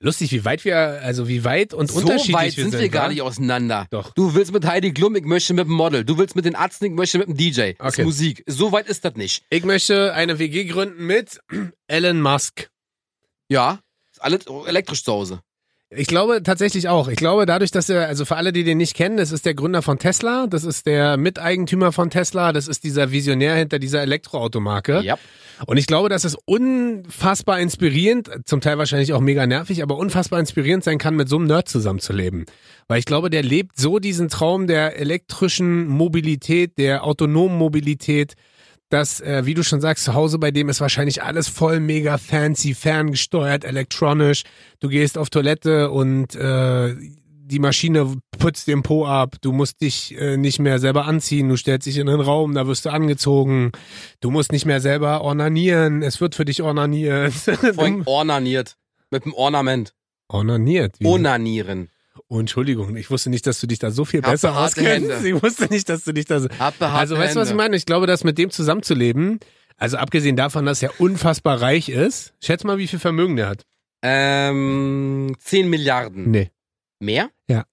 Speaker 1: Lustig, wie weit wir, also wie weit und
Speaker 2: So
Speaker 1: unterschiedlich
Speaker 2: weit
Speaker 1: wir
Speaker 2: sind
Speaker 1: sind.
Speaker 2: wir gar
Speaker 1: wa?
Speaker 2: nicht auseinander.
Speaker 1: Doch.
Speaker 2: Du willst mit Heidi Klum, ich möchte mit dem Model. Du willst mit den Arzten, ich möchte mit dem DJ. Das
Speaker 1: Okay.
Speaker 2: ist Musik. So weit ist das nicht.
Speaker 1: Ich möchte eine WG gründen mit Elon Musk.
Speaker 2: Ja. Ist alles elektrisch zu Hause.
Speaker 1: Ich glaube tatsächlich auch. Ich glaube dadurch, dass er, also für alle, die den nicht kennen, das ist der Gründer von Tesla, das ist der Miteigentümer von Tesla, das ist dieser Visionär hinter dieser Elektroautomarke.
Speaker 2: Ja.
Speaker 1: Und ich glaube, dass es unfassbar inspirierend, zum Teil wahrscheinlich auch mega nervig, aber unfassbar inspirierend sein kann, mit so einem Nerd zusammenzuleben. Weil ich glaube, der lebt so diesen Traum der elektrischen Mobilität, der autonomen Mobilität, dass, äh, wie du schon sagst, zu Hause bei dem ist wahrscheinlich alles voll mega fancy, ferngesteuert, elektronisch. Du gehst auf Toilette und äh, die Maschine putzt den Po ab. Du musst dich äh, nicht mehr selber anziehen. Du stellst dich in den Raum, da wirst du angezogen. Du musst nicht mehr selber ornanieren. Es wird für dich ornaniert.
Speaker 2: Vorhin ornaniert. Mit dem Ornament.
Speaker 1: ornaniert. Wie?
Speaker 2: Onanieren.
Speaker 1: oh, Entschuldigung, ich wusste nicht, dass du dich da so viel
Speaker 2: Hab
Speaker 1: besser
Speaker 2: harte
Speaker 1: auskennst.
Speaker 2: Hände.
Speaker 1: Ich wusste nicht, dass du dich da so...
Speaker 2: Happe, happe
Speaker 1: Also weißt du, was ich
Speaker 2: Hände.
Speaker 1: meine? Ich glaube, dass mit dem zusammenzuleben, also abgesehen davon, dass er unfassbar reich ist, schätz mal, wie viel Vermögen der hat.
Speaker 2: Ähm, 10 Milliarden.
Speaker 1: Nee.
Speaker 2: Mehr?
Speaker 1: Ja.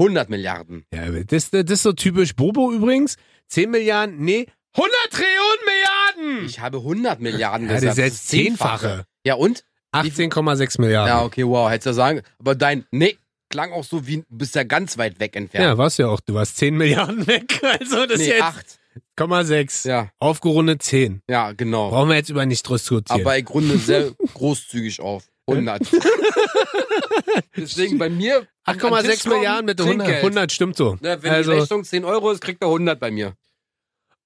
Speaker 2: 100 Milliarden.
Speaker 1: Ja, das, das ist so typisch Bobo übrigens. 10 Milliarden, nee, 100 Trillionen Milliarden!
Speaker 2: Ich habe 100 Milliarden
Speaker 1: Ja, das
Speaker 2: gesagt.
Speaker 1: ist jetzt
Speaker 2: das
Speaker 1: Zehnfache.
Speaker 2: Ja, und?
Speaker 1: 18,6
Speaker 2: Ja,
Speaker 1: Milliarden.
Speaker 2: okay, wow, hättest du ja sagen. Aber dein, nee, klang auch so wie, du bist ja ganz weit weg
Speaker 1: Ja,
Speaker 2: entfernt.
Speaker 1: warst ja auch. Du warst 10 Milliarden weg. Also das
Speaker 2: nee,
Speaker 1: ist jetzt
Speaker 2: 8.
Speaker 1: 8,6.
Speaker 2: Ja,
Speaker 1: Aufgerundet 10.
Speaker 2: ja, genau.
Speaker 1: Brauchen wir jetzt über nicht diskutieren.
Speaker 2: Aber ich runde sehr großzügig auf. 100. Deswegen bei mir. an- an
Speaker 1: 8,6
Speaker 2: Tisch kommen,
Speaker 1: also Milliarden mit der 100.
Speaker 2: Trinkgeld.
Speaker 1: 100 stimmt so.
Speaker 2: Ne, wenn die
Speaker 1: also,
Speaker 2: Rechnung 10 Euro ist, kriegt er 100 bei mir.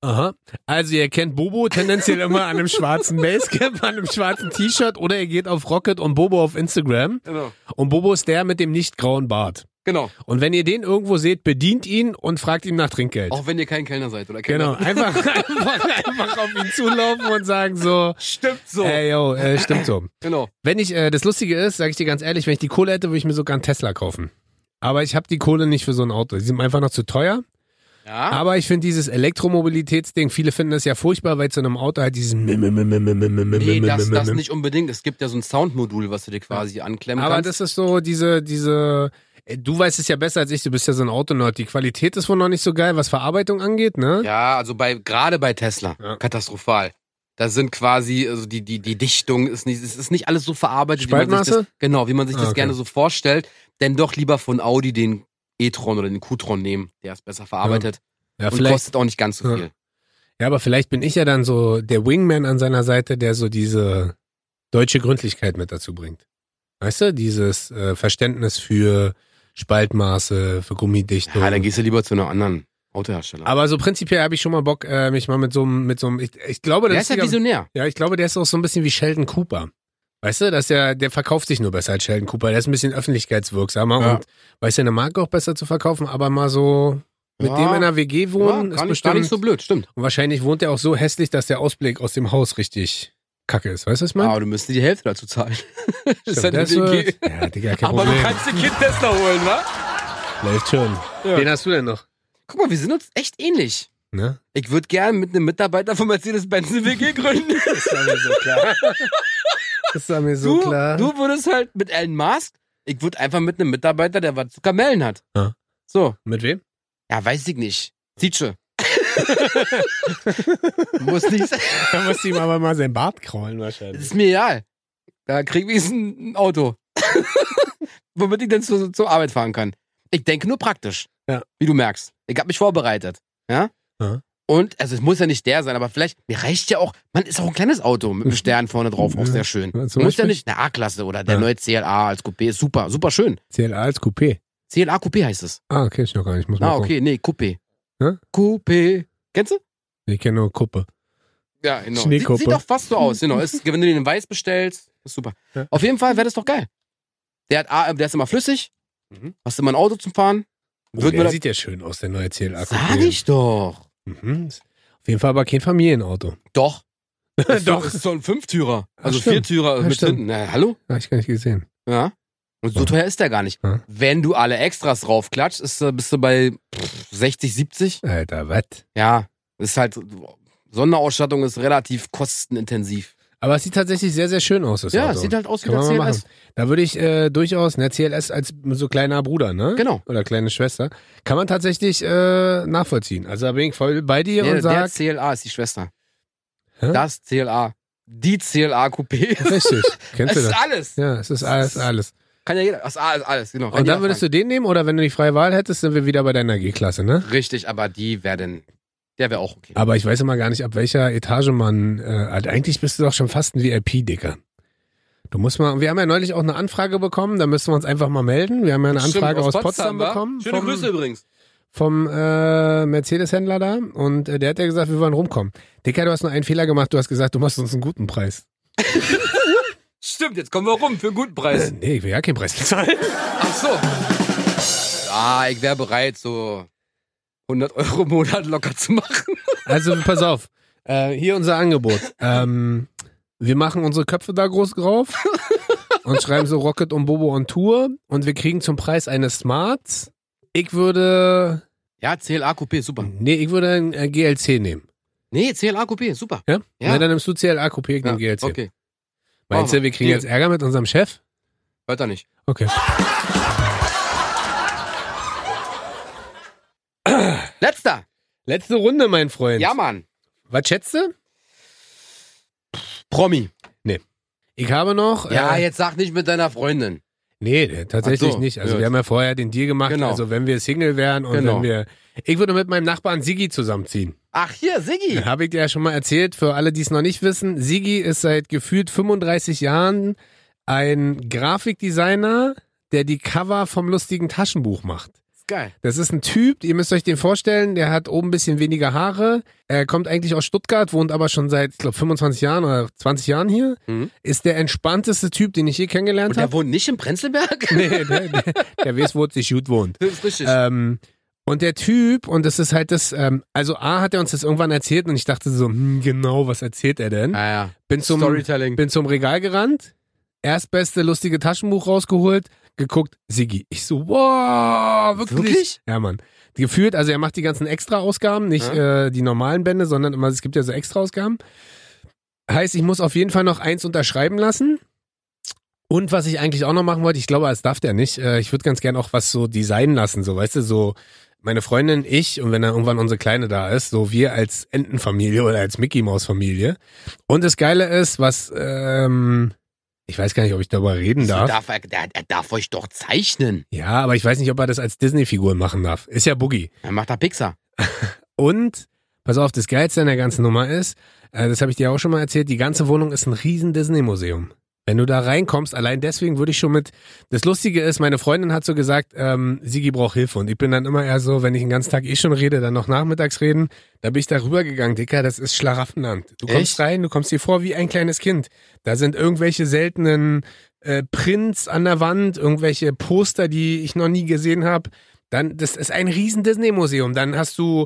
Speaker 1: aha. also ihr kennt Bobo tendenziell immer an einem schwarzen Basecap, an einem schwarzen T-Shirt oder ihr geht auf Rocket und Bobo auf Instagram.
Speaker 2: Genau.
Speaker 1: Und Bobo ist der mit dem nicht grauen Bart.
Speaker 2: genau.
Speaker 1: Und wenn ihr den irgendwo seht, bedient ihn und fragt ihm nach Trinkgeld.
Speaker 2: Auch wenn ihr kein Kellner seid oder Kellner.
Speaker 1: Genau, einfach, einfach, einfach auf ihn zulaufen und sagen so,
Speaker 2: Stimmt so.
Speaker 1: ey yo, äh, stimmt so.
Speaker 2: Genau.
Speaker 1: Wenn ich, äh, das Lustige ist, sage ich dir ganz ehrlich, wenn ich die Kohle hätte, würde ich mir sogar einen Tesla kaufen. Aber ich habe die Kohle nicht für so ein Auto. Die sind mir einfach noch zu teuer.
Speaker 2: Ja.
Speaker 1: Aber ich finde dieses Elektromobilitätsding, viele finden das ja furchtbar, weil zu einem Auto halt diesen Mim, Mim, Mim, Mim, Mim, Mim, Mim,
Speaker 2: Nee,
Speaker 1: Mim,
Speaker 2: das,
Speaker 1: Mim,
Speaker 2: das
Speaker 1: Mim.
Speaker 2: nicht unbedingt. Es gibt ja so ein Soundmodul, was du dir quasi anklemmen
Speaker 1: Aber
Speaker 2: kannst.
Speaker 1: das ist so diese, diese, äh, du weißt es ja besser als ich, du bist ja so ein Autonerd. Die Qualität ist wohl noch nicht so geil, was Verarbeitung angeht, ne?
Speaker 2: ja, also bei gerade bei Tesla
Speaker 1: Ja.
Speaker 2: katastrophal. Da sind quasi also die die die Dichtung ist nicht es ist nicht alles so verarbeitet, wie man
Speaker 1: Spaltmaße?
Speaker 2: sich das genau, wie man sich
Speaker 1: Ah,
Speaker 2: das
Speaker 1: okay.
Speaker 2: gerne so vorstellt, denn doch lieber von Audi den e-tron oder den Q-tron nehmen, der ist besser verarbeitet
Speaker 1: Ja,
Speaker 2: und kostet auch nicht ganz so
Speaker 1: Ja.
Speaker 2: viel.
Speaker 1: ja, aber vielleicht bin ich ja dann so der Wingman an seiner Seite, der so diese deutsche Gründlichkeit mit dazu bringt. Weißt du, dieses äh, Verständnis für Spaltmaße, für Gummidichtung.
Speaker 2: Ja, dann gehst du lieber zu einem anderen Autohersteller.
Speaker 1: aber so prinzipiell habe ich schon mal Bock, äh, mich mal mit so einem, mit so einem, ich, ich glaube,
Speaker 2: der
Speaker 1: das
Speaker 2: ist ja visionär.
Speaker 1: Ja, ich glaube, der ist auch so ein bisschen wie Sheldon Cooper. Weißt du, dass der, der verkauft sich nur besser als Sheldon Cooper. Der ist ein bisschen öffentlichkeitswirksamer
Speaker 2: Ja.
Speaker 1: und weiß seine Marke auch besser zu verkaufen, aber mal so mit
Speaker 2: Ja.
Speaker 1: dem in einer WG wohnen
Speaker 2: ja,
Speaker 1: ist
Speaker 2: gar, nicht,
Speaker 1: bestimmt.
Speaker 2: gar nicht so blöd, stimmt.
Speaker 1: und wahrscheinlich wohnt er auch so hässlich, dass der Ausblick aus dem Haus richtig kacke ist. Weißt du, was ich meine?
Speaker 2: Aber du müsstest die Hälfte dazu zahlen. Ah, Das
Speaker 1: Stimmt,
Speaker 2: eine
Speaker 1: das
Speaker 2: WG.
Speaker 1: wird- ja, Digga, kein
Speaker 2: Aber du
Speaker 1: Problem.
Speaker 2: kannst dir Kind Tesla holen, ne?
Speaker 1: Läuft schon.
Speaker 2: Ja.
Speaker 1: Den hast du denn noch?
Speaker 2: Guck mal, wir sind uns echt ähnlich.
Speaker 1: Ne?
Speaker 2: Ich würde gerne mit einem Mitarbeiter von Mercedes-Benz eine WG gründen.
Speaker 1: Das war mir so klar. Das war mir so
Speaker 2: du,
Speaker 1: klar.
Speaker 2: du würdest halt mit Elon Musk, ich würde einfach mit einem Mitarbeiter, der was zu Kamellen hat.
Speaker 1: Ja.
Speaker 2: So.
Speaker 1: Mit wem?
Speaker 2: Ja, weiß ich nicht. Sieht schon. Muss nicht sein.
Speaker 1: Da musst du ihm aber mal seinen Bart kraulen
Speaker 2: Das
Speaker 1: wahrscheinlich.
Speaker 2: ist mir egal. Da krieg ich ein ein Auto. Womit ich denn zu, zur Arbeit fahren kann. Ich denke nur praktisch.
Speaker 1: Ja.
Speaker 2: Wie du merkst. Ich habe mich vorbereitet. Ja?
Speaker 1: Ja.
Speaker 2: Und, also es muss ja nicht der sein, aber vielleicht, mir reicht ja auch, man ist auch ein kleines Auto mit einem Stern vorne drauf,
Speaker 1: Ja.
Speaker 2: auch sehr schön.
Speaker 1: Ja,
Speaker 2: Muss
Speaker 1: zum
Speaker 2: ja
Speaker 1: Beispiel?
Speaker 2: nicht eine A-Klasse oder der
Speaker 1: Ja.
Speaker 2: neue CLA als Coupé ist super, super schön.
Speaker 1: CLA als Coupé.
Speaker 2: CLA Coupé heißt es.
Speaker 1: Ah, okay, ich noch gar nicht. Ich muss mal
Speaker 2: Ah,
Speaker 1: gucken.
Speaker 2: okay, nee, Coupé.
Speaker 1: Ja?
Speaker 2: Coupé. Kennst du?
Speaker 1: Ich kenne nur Kuppe.
Speaker 2: Ja, genau. Sieht,
Speaker 1: Schneekuppe.
Speaker 2: sieht doch fast so aus, genau. Ist, wenn du den in weiß bestellst, ist super.
Speaker 1: Ja.
Speaker 2: Auf jeden Fall wäre das doch geil. Der, hat, A- der ist immer flüssig,
Speaker 1: Mhm.
Speaker 2: hast immer ein Auto zum Fahren.
Speaker 1: Oh,
Speaker 2: Würden
Speaker 1: der
Speaker 2: wir
Speaker 1: sieht ja schön aus, der neue CLA.
Speaker 2: da,
Speaker 1: -Coupé.
Speaker 2: sag ich doch.
Speaker 1: Mhm. Auf jeden Fall aber kein Familienauto.
Speaker 2: Doch. Ist
Speaker 1: Doch.
Speaker 2: Ist so ein Fünftürer.
Speaker 1: Ach,
Speaker 2: Also
Speaker 1: stimmt.
Speaker 2: Viertürer
Speaker 1: Ja,
Speaker 2: mit
Speaker 1: stimmt.
Speaker 2: hinten. Na, hallo?
Speaker 1: Habe ich gar nicht gesehen.
Speaker 2: Ja. Und so
Speaker 1: Ja.
Speaker 2: teuer ist der gar nicht.
Speaker 1: Ja.
Speaker 2: Wenn du alle Extras raufklatscht, ist, äh, bist du bei pff, 60, 70.
Speaker 1: Alter, was?
Speaker 2: Ja. Ist halt, Sonderausstattung ist relativ kostenintensiv.
Speaker 1: Aber es sieht tatsächlich sehr, sehr schön aus, das
Speaker 2: ja,
Speaker 1: Auto.
Speaker 2: sieht halt aus wie
Speaker 1: Kann
Speaker 2: der
Speaker 1: man mal
Speaker 2: CLS.
Speaker 1: machen. Da würde ich äh, durchaus, ne, CLS als so kleiner Bruder, ne?
Speaker 2: Genau.
Speaker 1: Oder kleine Schwester. Kann man tatsächlich äh, nachvollziehen. Also da bin ich voll bei dir
Speaker 2: Nee,
Speaker 1: und sag,
Speaker 2: der CLA ist die Schwester.
Speaker 1: Hä?
Speaker 2: Das CLA. Die CLA Coupé.
Speaker 1: richtig, kennst
Speaker 2: Es
Speaker 1: du
Speaker 2: ist
Speaker 1: das?
Speaker 2: alles.
Speaker 1: Ja, es ist alles, alles.
Speaker 2: Kann ja jeder. Das ist alles, alles, genau. Kann
Speaker 1: Und dann
Speaker 2: jeder
Speaker 1: würdest
Speaker 2: fahren.
Speaker 1: du den nehmen oder wenn du die freie Wahl hättest, sind wir wieder bei deiner G-Klasse, ne?
Speaker 2: Richtig, aber die werden. Der wäre auch okay.
Speaker 1: Aber ich weiß immer gar nicht, ab welcher Etage man. Äh, halt, eigentlich bist du doch schon fast ein VIP, Dicker. Du musst mal. Wir haben ja neulich auch eine Anfrage bekommen, da müssen wir uns einfach mal melden. Wir haben ja eine
Speaker 2: Stimmt,
Speaker 1: Anfrage aus, Potsdam,
Speaker 2: wa?
Speaker 1: bekommen.
Speaker 2: Schöne
Speaker 1: vom,
Speaker 2: Grüße übrigens.
Speaker 1: Vom äh, Mercedes-Händler da. Und äh, der hat ja gesagt, wir wollen rumkommen. Dicker, du hast nur einen Fehler gemacht. Du hast gesagt, du machst uns einen guten Preis.
Speaker 2: Stimmt, jetzt kommen wir rum für einen guten
Speaker 1: Äh,
Speaker 2: Preis.
Speaker 1: nee, ich will ja keinen Preis bezahlen.
Speaker 2: Ach so. Ah, ich wäre bereit, so 100 Euro im Monat locker zu machen.
Speaker 1: Also pass auf, äh, hier unser Angebot. Ähm, wir machen unsere Köpfe da groß drauf und schreiben so Rocket und Bobo on Tour und wir kriegen zum Preis eine Smart. Ich würde,
Speaker 2: Ja, CLA Coupé, super.
Speaker 1: nee, ich würde ein äh, GLC nehmen.
Speaker 2: Nee, CLA Coupé, super.
Speaker 1: Ja?
Speaker 2: Ja.
Speaker 1: Na, dann nimmst du CLA Coupé, ich nehme
Speaker 2: Ja,
Speaker 1: GLC.
Speaker 2: okay.
Speaker 1: Meinst du, wir kriegen jetzt Ärger mit unserem Chef?
Speaker 2: Hört er nicht.
Speaker 1: Okay.
Speaker 2: Letzter.
Speaker 1: Letzte Runde, mein Freund.
Speaker 2: Ja, Mann.
Speaker 1: Was schätzt du?
Speaker 2: Promi.
Speaker 1: Ich habe noch.
Speaker 2: Ja,
Speaker 1: äh,
Speaker 2: jetzt sag nicht mit deiner Freundin.
Speaker 1: Nee, tatsächlich
Speaker 2: Ach so,
Speaker 1: nicht. Also
Speaker 2: gut.
Speaker 1: wir haben ja vorher den Deal gemacht.
Speaker 2: Genau.
Speaker 1: Also wenn wir Single wären und
Speaker 2: Genau.
Speaker 1: wenn wir. Ich würde mit meinem Nachbarn Sigi zusammenziehen.
Speaker 2: Ach, hier, Siggi.
Speaker 1: Habe ich dir ja schon mal erzählt, für alle, die es noch nicht wissen. Sigi ist seit gefühlt 35 Jahren ein Grafikdesigner, der die Cover vom lustigen Taschenbuch macht.
Speaker 2: Ist geil.
Speaker 1: Das ist ein Typ, ihr müsst euch den vorstellen, der hat oben ein bisschen weniger Haare. Er kommt eigentlich aus Stuttgart, wohnt aber schon seit, ich glaube, 25 Jahren oder 20 Jahren hier.
Speaker 2: Mhm.
Speaker 1: Ist der entspannteste Typ, den ich je
Speaker 2: Und
Speaker 1: kennengelernt
Speaker 2: der
Speaker 1: habe.
Speaker 2: wohnt nicht in Prenzlberg?
Speaker 1: Nee, der, der, der weiß, wo es sich gut wohnt.
Speaker 2: Das ist richtig.
Speaker 1: Ähm, und der Typ, und das ist halt das, ähm, also A hat er uns das irgendwann erzählt und ich dachte so, hm, genau, was erzählt er denn?
Speaker 2: Ah, ja.
Speaker 1: Bin zum,
Speaker 2: Äh, Storytelling.
Speaker 1: bin zum Regal gerannt, erstbeste lustige Taschenbuch rausgeholt, geguckt, Siggi. Ich so, wow, wirklich?
Speaker 2: Wirklich?
Speaker 1: Ja, Mann. Gefühlt, also er macht die ganzen Extra-Ausgaben, nicht äh, die normalen Bände, sondern immer, es gibt ja so Extra-Ausgaben. Heißt, ich muss auf jeden Fall noch eins unterschreiben lassen. Und was ich eigentlich auch noch machen wollte, ich glaube, das darf der nicht. Äh, ich würde ganz gern auch was so designen lassen, so, weißt du, so meine Freundin, ich und wenn dann irgendwann unsere Kleine da ist, so wir als Entenfamilie oder als Mickey-Maus-Familie. Und das Geile ist, was, ähm, ich weiß gar nicht, ob ich darüber reden
Speaker 2: Wieso
Speaker 1: darf.
Speaker 2: darf er, er, er darf euch doch zeichnen.
Speaker 1: Ja, aber ich weiß nicht, ob er das als Disney-Figur machen darf. Ist ja Boogie.
Speaker 2: Dann macht er Pixar.
Speaker 1: Und, pass auf, das Geilste an der ganzen Nummer ist, äh, das habe ich dir auch schon mal erzählt, die ganze Wohnung ist ein riesen Disney-Museum. Wenn du da reinkommst, allein deswegen würde ich schon mit. Das Lustige ist, meine Freundin hat so gesagt, ähm, Sigi braucht Hilfe. Und ich bin dann immer eher so, wenn ich den ganzen Tag eh schon rede, dann noch nachmittags reden, da bin ich da rübergegangen, Dicker, das ist Schlaraffenland. Du kommst
Speaker 2: Echt?
Speaker 1: rein, du kommst dir vor wie ein kleines Kind. Da sind irgendwelche seltenen äh, Prints an der Wand, irgendwelche Poster, die ich noch nie gesehen habe. Dann, das ist ein riesen Disney-Museum. Dann hast du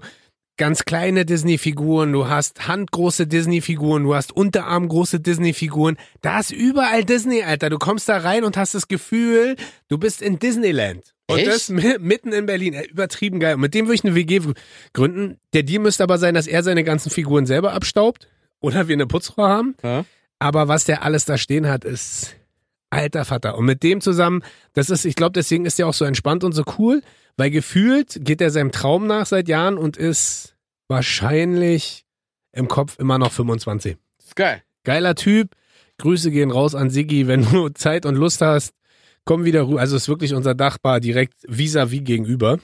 Speaker 1: ganz kleine Disney-Figuren, du hast handgroße Disney-Figuren, du hast unterarmgroße Disney-Figuren. Da ist überall Disney, Alter. Du kommst da rein und hast das Gefühl, du bist in Disneyland. Und
Speaker 2: Echt?
Speaker 1: das mi- mitten in Berlin. Äh, Übertrieben geil. Und mit dem würde ich eine WG gr- gründen. Der Deal müsste aber sein, dass er seine ganzen Figuren selber abstaubt. Oder wir eine Putzfrau haben.
Speaker 2: Ja?
Speaker 1: Aber was der alles da stehen hat, ist alter Vater. Und mit dem zusammen, das ist, ich glaube, deswegen ist der auch so entspannt und so cool, weil gefühlt geht er seinem Traum nach seit Jahren und ist wahrscheinlich im Kopf immer noch 25.
Speaker 2: Ist geil.
Speaker 1: Geiler Typ. Grüße gehen raus an Siggi, wenn du Zeit und Lust hast. Komm wieder rüber. Also ist wirklich unser Dachbar direkt vis-à-vis gegenüber.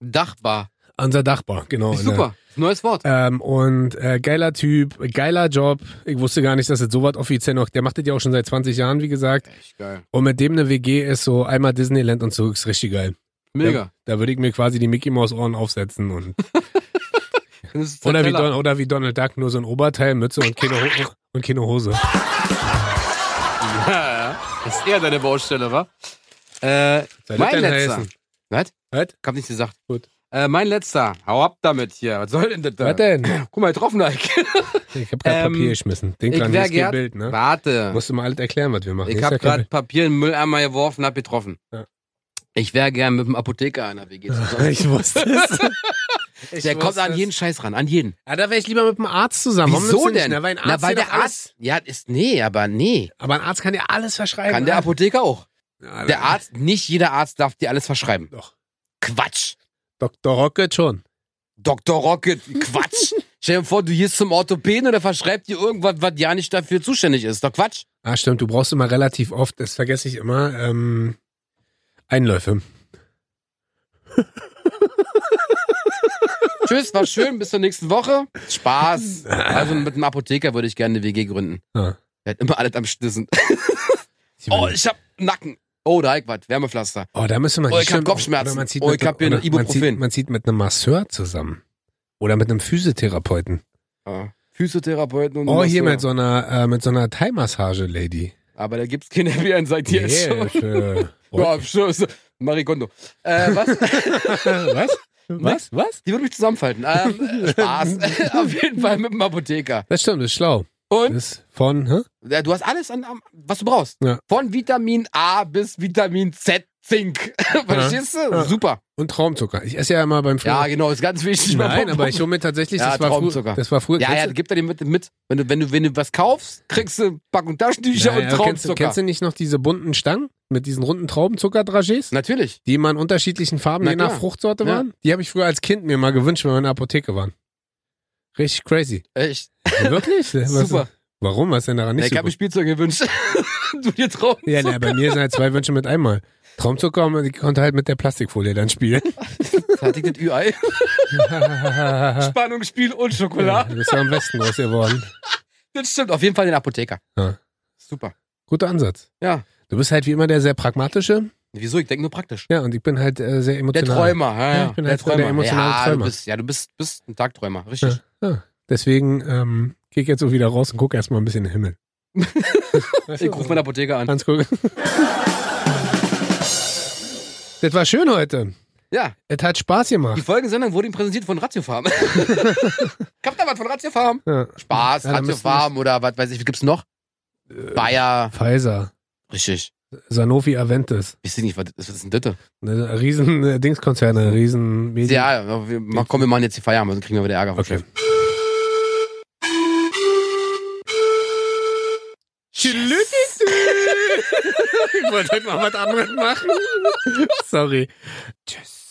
Speaker 2: Dachbar.
Speaker 1: Unser Dachbar, genau. in der-
Speaker 2: Super. Neues Wort.
Speaker 1: ähm, und äh, geiler Typ, geiler Job. Ich wusste gar nicht, dass es so was offiziell noch. Der macht das ja auch schon seit 20 Jahren, wie gesagt.
Speaker 2: Echt geil.
Speaker 1: Und mit dem eine WG ist so einmal Disneyland und zurück ist richtig geil.
Speaker 2: Mega.
Speaker 1: Da würde ich mir quasi die Mickey Maus Ohren aufsetzen und
Speaker 2: Das ist der
Speaker 1: oder wie,
Speaker 2: Teller.
Speaker 1: Don, oder wie Donald Duck nur so ein Oberteil, Mütze und keine, Ho und keine Hose.
Speaker 2: Ja, ja. Das ist eher deine Baustelle, wa? Äh,
Speaker 1: Soll das
Speaker 2: mein
Speaker 1: denn
Speaker 2: letzter.
Speaker 1: heißen?
Speaker 2: Was?
Speaker 1: Was?
Speaker 2: Ich hab nichts gesagt.
Speaker 1: Gut.
Speaker 2: Äh, mein letzter. Hau ab damit hier. Was soll denn das da?
Speaker 1: Was denn?
Speaker 2: Guck mal, getroffen, Ike.
Speaker 1: Ich habe gerade
Speaker 2: Ähm,
Speaker 1: Papier geschmissen. Denk
Speaker 2: ich
Speaker 1: dran,
Speaker 2: wär
Speaker 1: hier ist kein
Speaker 2: gern-
Speaker 1: Bild, ne?
Speaker 2: Warte.
Speaker 1: Musst du mal alles erklären, was wir machen.
Speaker 2: Ich
Speaker 1: Hier ist
Speaker 2: hab
Speaker 1: ja kein
Speaker 2: gerade
Speaker 1: Bild.
Speaker 2: Papier in den Mülleimer geworfen, hab getroffen.
Speaker 1: Ja.
Speaker 2: Ich wäre gern mit dem Apotheker einer WG zusammen.
Speaker 1: Ich wusste es. Ich
Speaker 2: Der kommt
Speaker 1: wusste
Speaker 2: an
Speaker 1: es.
Speaker 2: jeden Scheiß ran, an jeden.
Speaker 1: Ah, da wäre ich lieber mit dem Arzt zusammen. Warum
Speaker 2: Wieso
Speaker 1: nimmst du nicht?
Speaker 2: denn?
Speaker 1: Na, weil ein Arzt
Speaker 2: Na, weil
Speaker 1: dir
Speaker 2: der
Speaker 1: doch alles-
Speaker 2: Arzt. Ja, ist. Nee, aber nee.
Speaker 1: Aber ein Arzt kann dir alles verschreiben.
Speaker 2: Kann der
Speaker 1: Alter.
Speaker 2: Apotheker auch.
Speaker 1: Ja,
Speaker 2: Der Arzt, nicht jeder Arzt darf dir alles verschreiben.
Speaker 1: Doch.
Speaker 2: Quatsch.
Speaker 1: Dr. Rocket schon.
Speaker 2: Dr. Rocket, Quatsch. Stell dir vor, du gehst zum Orthopäden und er verschreibt dir irgendwas, was ja nicht dafür zuständig ist. Doch Quatsch.
Speaker 1: Ah, stimmt, du brauchst immer relativ oft, das vergesse ich immer, ähm, Einläufe.
Speaker 2: Tschüss, war schön, bis zur nächsten Woche. Spaß. Also mit einem Apotheker würde ich gerne eine WG gründen.
Speaker 1: Ah,
Speaker 2: Der hat immer alles am Schnissen.
Speaker 1: ich
Speaker 2: Oh,
Speaker 1: meine-
Speaker 2: ich hab Nacken. Oh, da hab ich was. Wärmepflaster.
Speaker 1: oh, da müsste man
Speaker 2: oh, ich hab
Speaker 1: stimmt,
Speaker 2: Kopfschmerzen.
Speaker 1: oder man zieht
Speaker 2: Oh,
Speaker 1: mit
Speaker 2: ich hab hier
Speaker 1: oder
Speaker 2: ein
Speaker 1: man zieht,
Speaker 2: Ibuprofen.
Speaker 1: man zieht mit einem Masseur zusammen. Oder mit einem Physiotherapeuten.
Speaker 2: Ah, Physiotherapeuten und
Speaker 1: Oh, hier
Speaker 2: Masseur.
Speaker 1: mit so einer, äh, mit so einer Thai-Massage-Lady.
Speaker 2: Aber da gibt's keine Happy End, sagt ihr jetzt schon.
Speaker 1: Hilfe.
Speaker 2: Ja, tschüss. Marie Kondo. Äh, was?
Speaker 1: Was? Was? Was?
Speaker 2: Die würde mich zusammenfalten. Ähm, Spaß. Auf jeden Fall mit dem Apotheker.
Speaker 1: Das stimmt, das ist schlau.
Speaker 2: Und?
Speaker 1: Das ist von, hä?
Speaker 2: Ja, du hast alles, an, am- was du brauchst.
Speaker 1: Ja.
Speaker 2: Von Vitamin A bis Vitamin Z, Zink. Verstehst du?
Speaker 1: Ja.
Speaker 2: Super.
Speaker 1: Und Traumzucker. Ich esse ja immer beim Frühstück.
Speaker 2: Ja, genau, ist ganz wichtig.
Speaker 1: Nein, aber ich hole mir tatsächlich,
Speaker 2: Ja,
Speaker 1: das, war früher,
Speaker 2: Traumzucker.
Speaker 1: das war früher.
Speaker 2: Ja, ja,
Speaker 1: kennst du-
Speaker 2: gib dir den mit. mit. Wenn, du, wenn, du, wenn du was kaufst, kriegst du Packung
Speaker 1: Naja,
Speaker 2: Taschentücher und
Speaker 1: aber kennst, du-
Speaker 2: Traumzucker.
Speaker 1: kennst du nicht noch diese bunten Stangen mit diesen runden Traubenzuckerdragees?
Speaker 2: Natürlich.
Speaker 1: Die immer in unterschiedlichen Farben,
Speaker 2: Na
Speaker 1: je nach
Speaker 2: klar.
Speaker 1: Fruchtsorte
Speaker 2: Ja.
Speaker 1: waren? Die habe ich früher als Kind mir mal gewünscht, wenn wir in der Apotheke waren. Richtig crazy.
Speaker 2: Echt.
Speaker 1: Wirklich? Was,
Speaker 2: Super.
Speaker 1: Warum? Was ist denn daran nicht
Speaker 2: Ja, ich
Speaker 1: so
Speaker 2: habe mir
Speaker 1: gut?
Speaker 2: Spielzeug gewünscht. du dir Traumzucker.
Speaker 1: Ja, na, bei mir sind halt zwei Wünsche mit einmal. Traumzucker und ich konnte halt mit der Plastikfolie dann spielen.
Speaker 2: Hatte ich das Ü-Ei?
Speaker 1: ja,
Speaker 2: Spannungsspiel und Schokolade.
Speaker 1: du bist ja am besten groß geworden.
Speaker 2: Das stimmt. Auf jeden Fall den Apotheker.
Speaker 1: Ja.
Speaker 2: Super.
Speaker 1: Guter Ansatz.
Speaker 2: Ja.
Speaker 1: Du bist halt wie immer der sehr pragmatische.
Speaker 2: Wieso? Ich denke nur praktisch.
Speaker 1: Ja, und ich bin halt äh, sehr
Speaker 2: Der
Speaker 1: emotional.
Speaker 2: Träumer, ja,
Speaker 1: Ja,
Speaker 2: ja.
Speaker 1: ich bin
Speaker 2: der
Speaker 1: halt so der emotionale
Speaker 2: ja,
Speaker 1: Träumer.
Speaker 2: Du bist, ja, du bist, bist ein Tagträumer, richtig.
Speaker 1: Ja. Deswegen ähm, gehe ich jetzt so wieder raus und gucke erstmal ein bisschen in den Himmel. Weißt du,
Speaker 2: Ich rufe meine Apotheke an.
Speaker 1: Ganz cool. Das war schön heute.
Speaker 2: Ja,
Speaker 1: Es hat Spaß
Speaker 2: die
Speaker 1: gemacht.
Speaker 2: Folgensendung wurde ihm präsentiert von Ratio Farm. Kommt da was von Ratio Farm?
Speaker 1: Ja.
Speaker 2: Spaß,
Speaker 1: Ja, da
Speaker 2: Ratio
Speaker 1: müssen Äh.
Speaker 2: Farm oder was weiß ich, wie gibt's noch? Bayer,
Speaker 1: Pfizer.
Speaker 2: richtig.
Speaker 1: Sanofi Aventis.
Speaker 2: Wisst ihr nicht, was, was ist denn das?
Speaker 1: Eine riesen äh, Dingskonzerne, riesen Medien.
Speaker 2: Ja, ja, wir, mach- komm, wir machen jetzt die Feierabend, sonst kriegen wir wieder Ärger. vom
Speaker 1: Okay.
Speaker 2: Chef.
Speaker 1: Ich wollte heute mal was anderes machen. Sorry. Tschüss.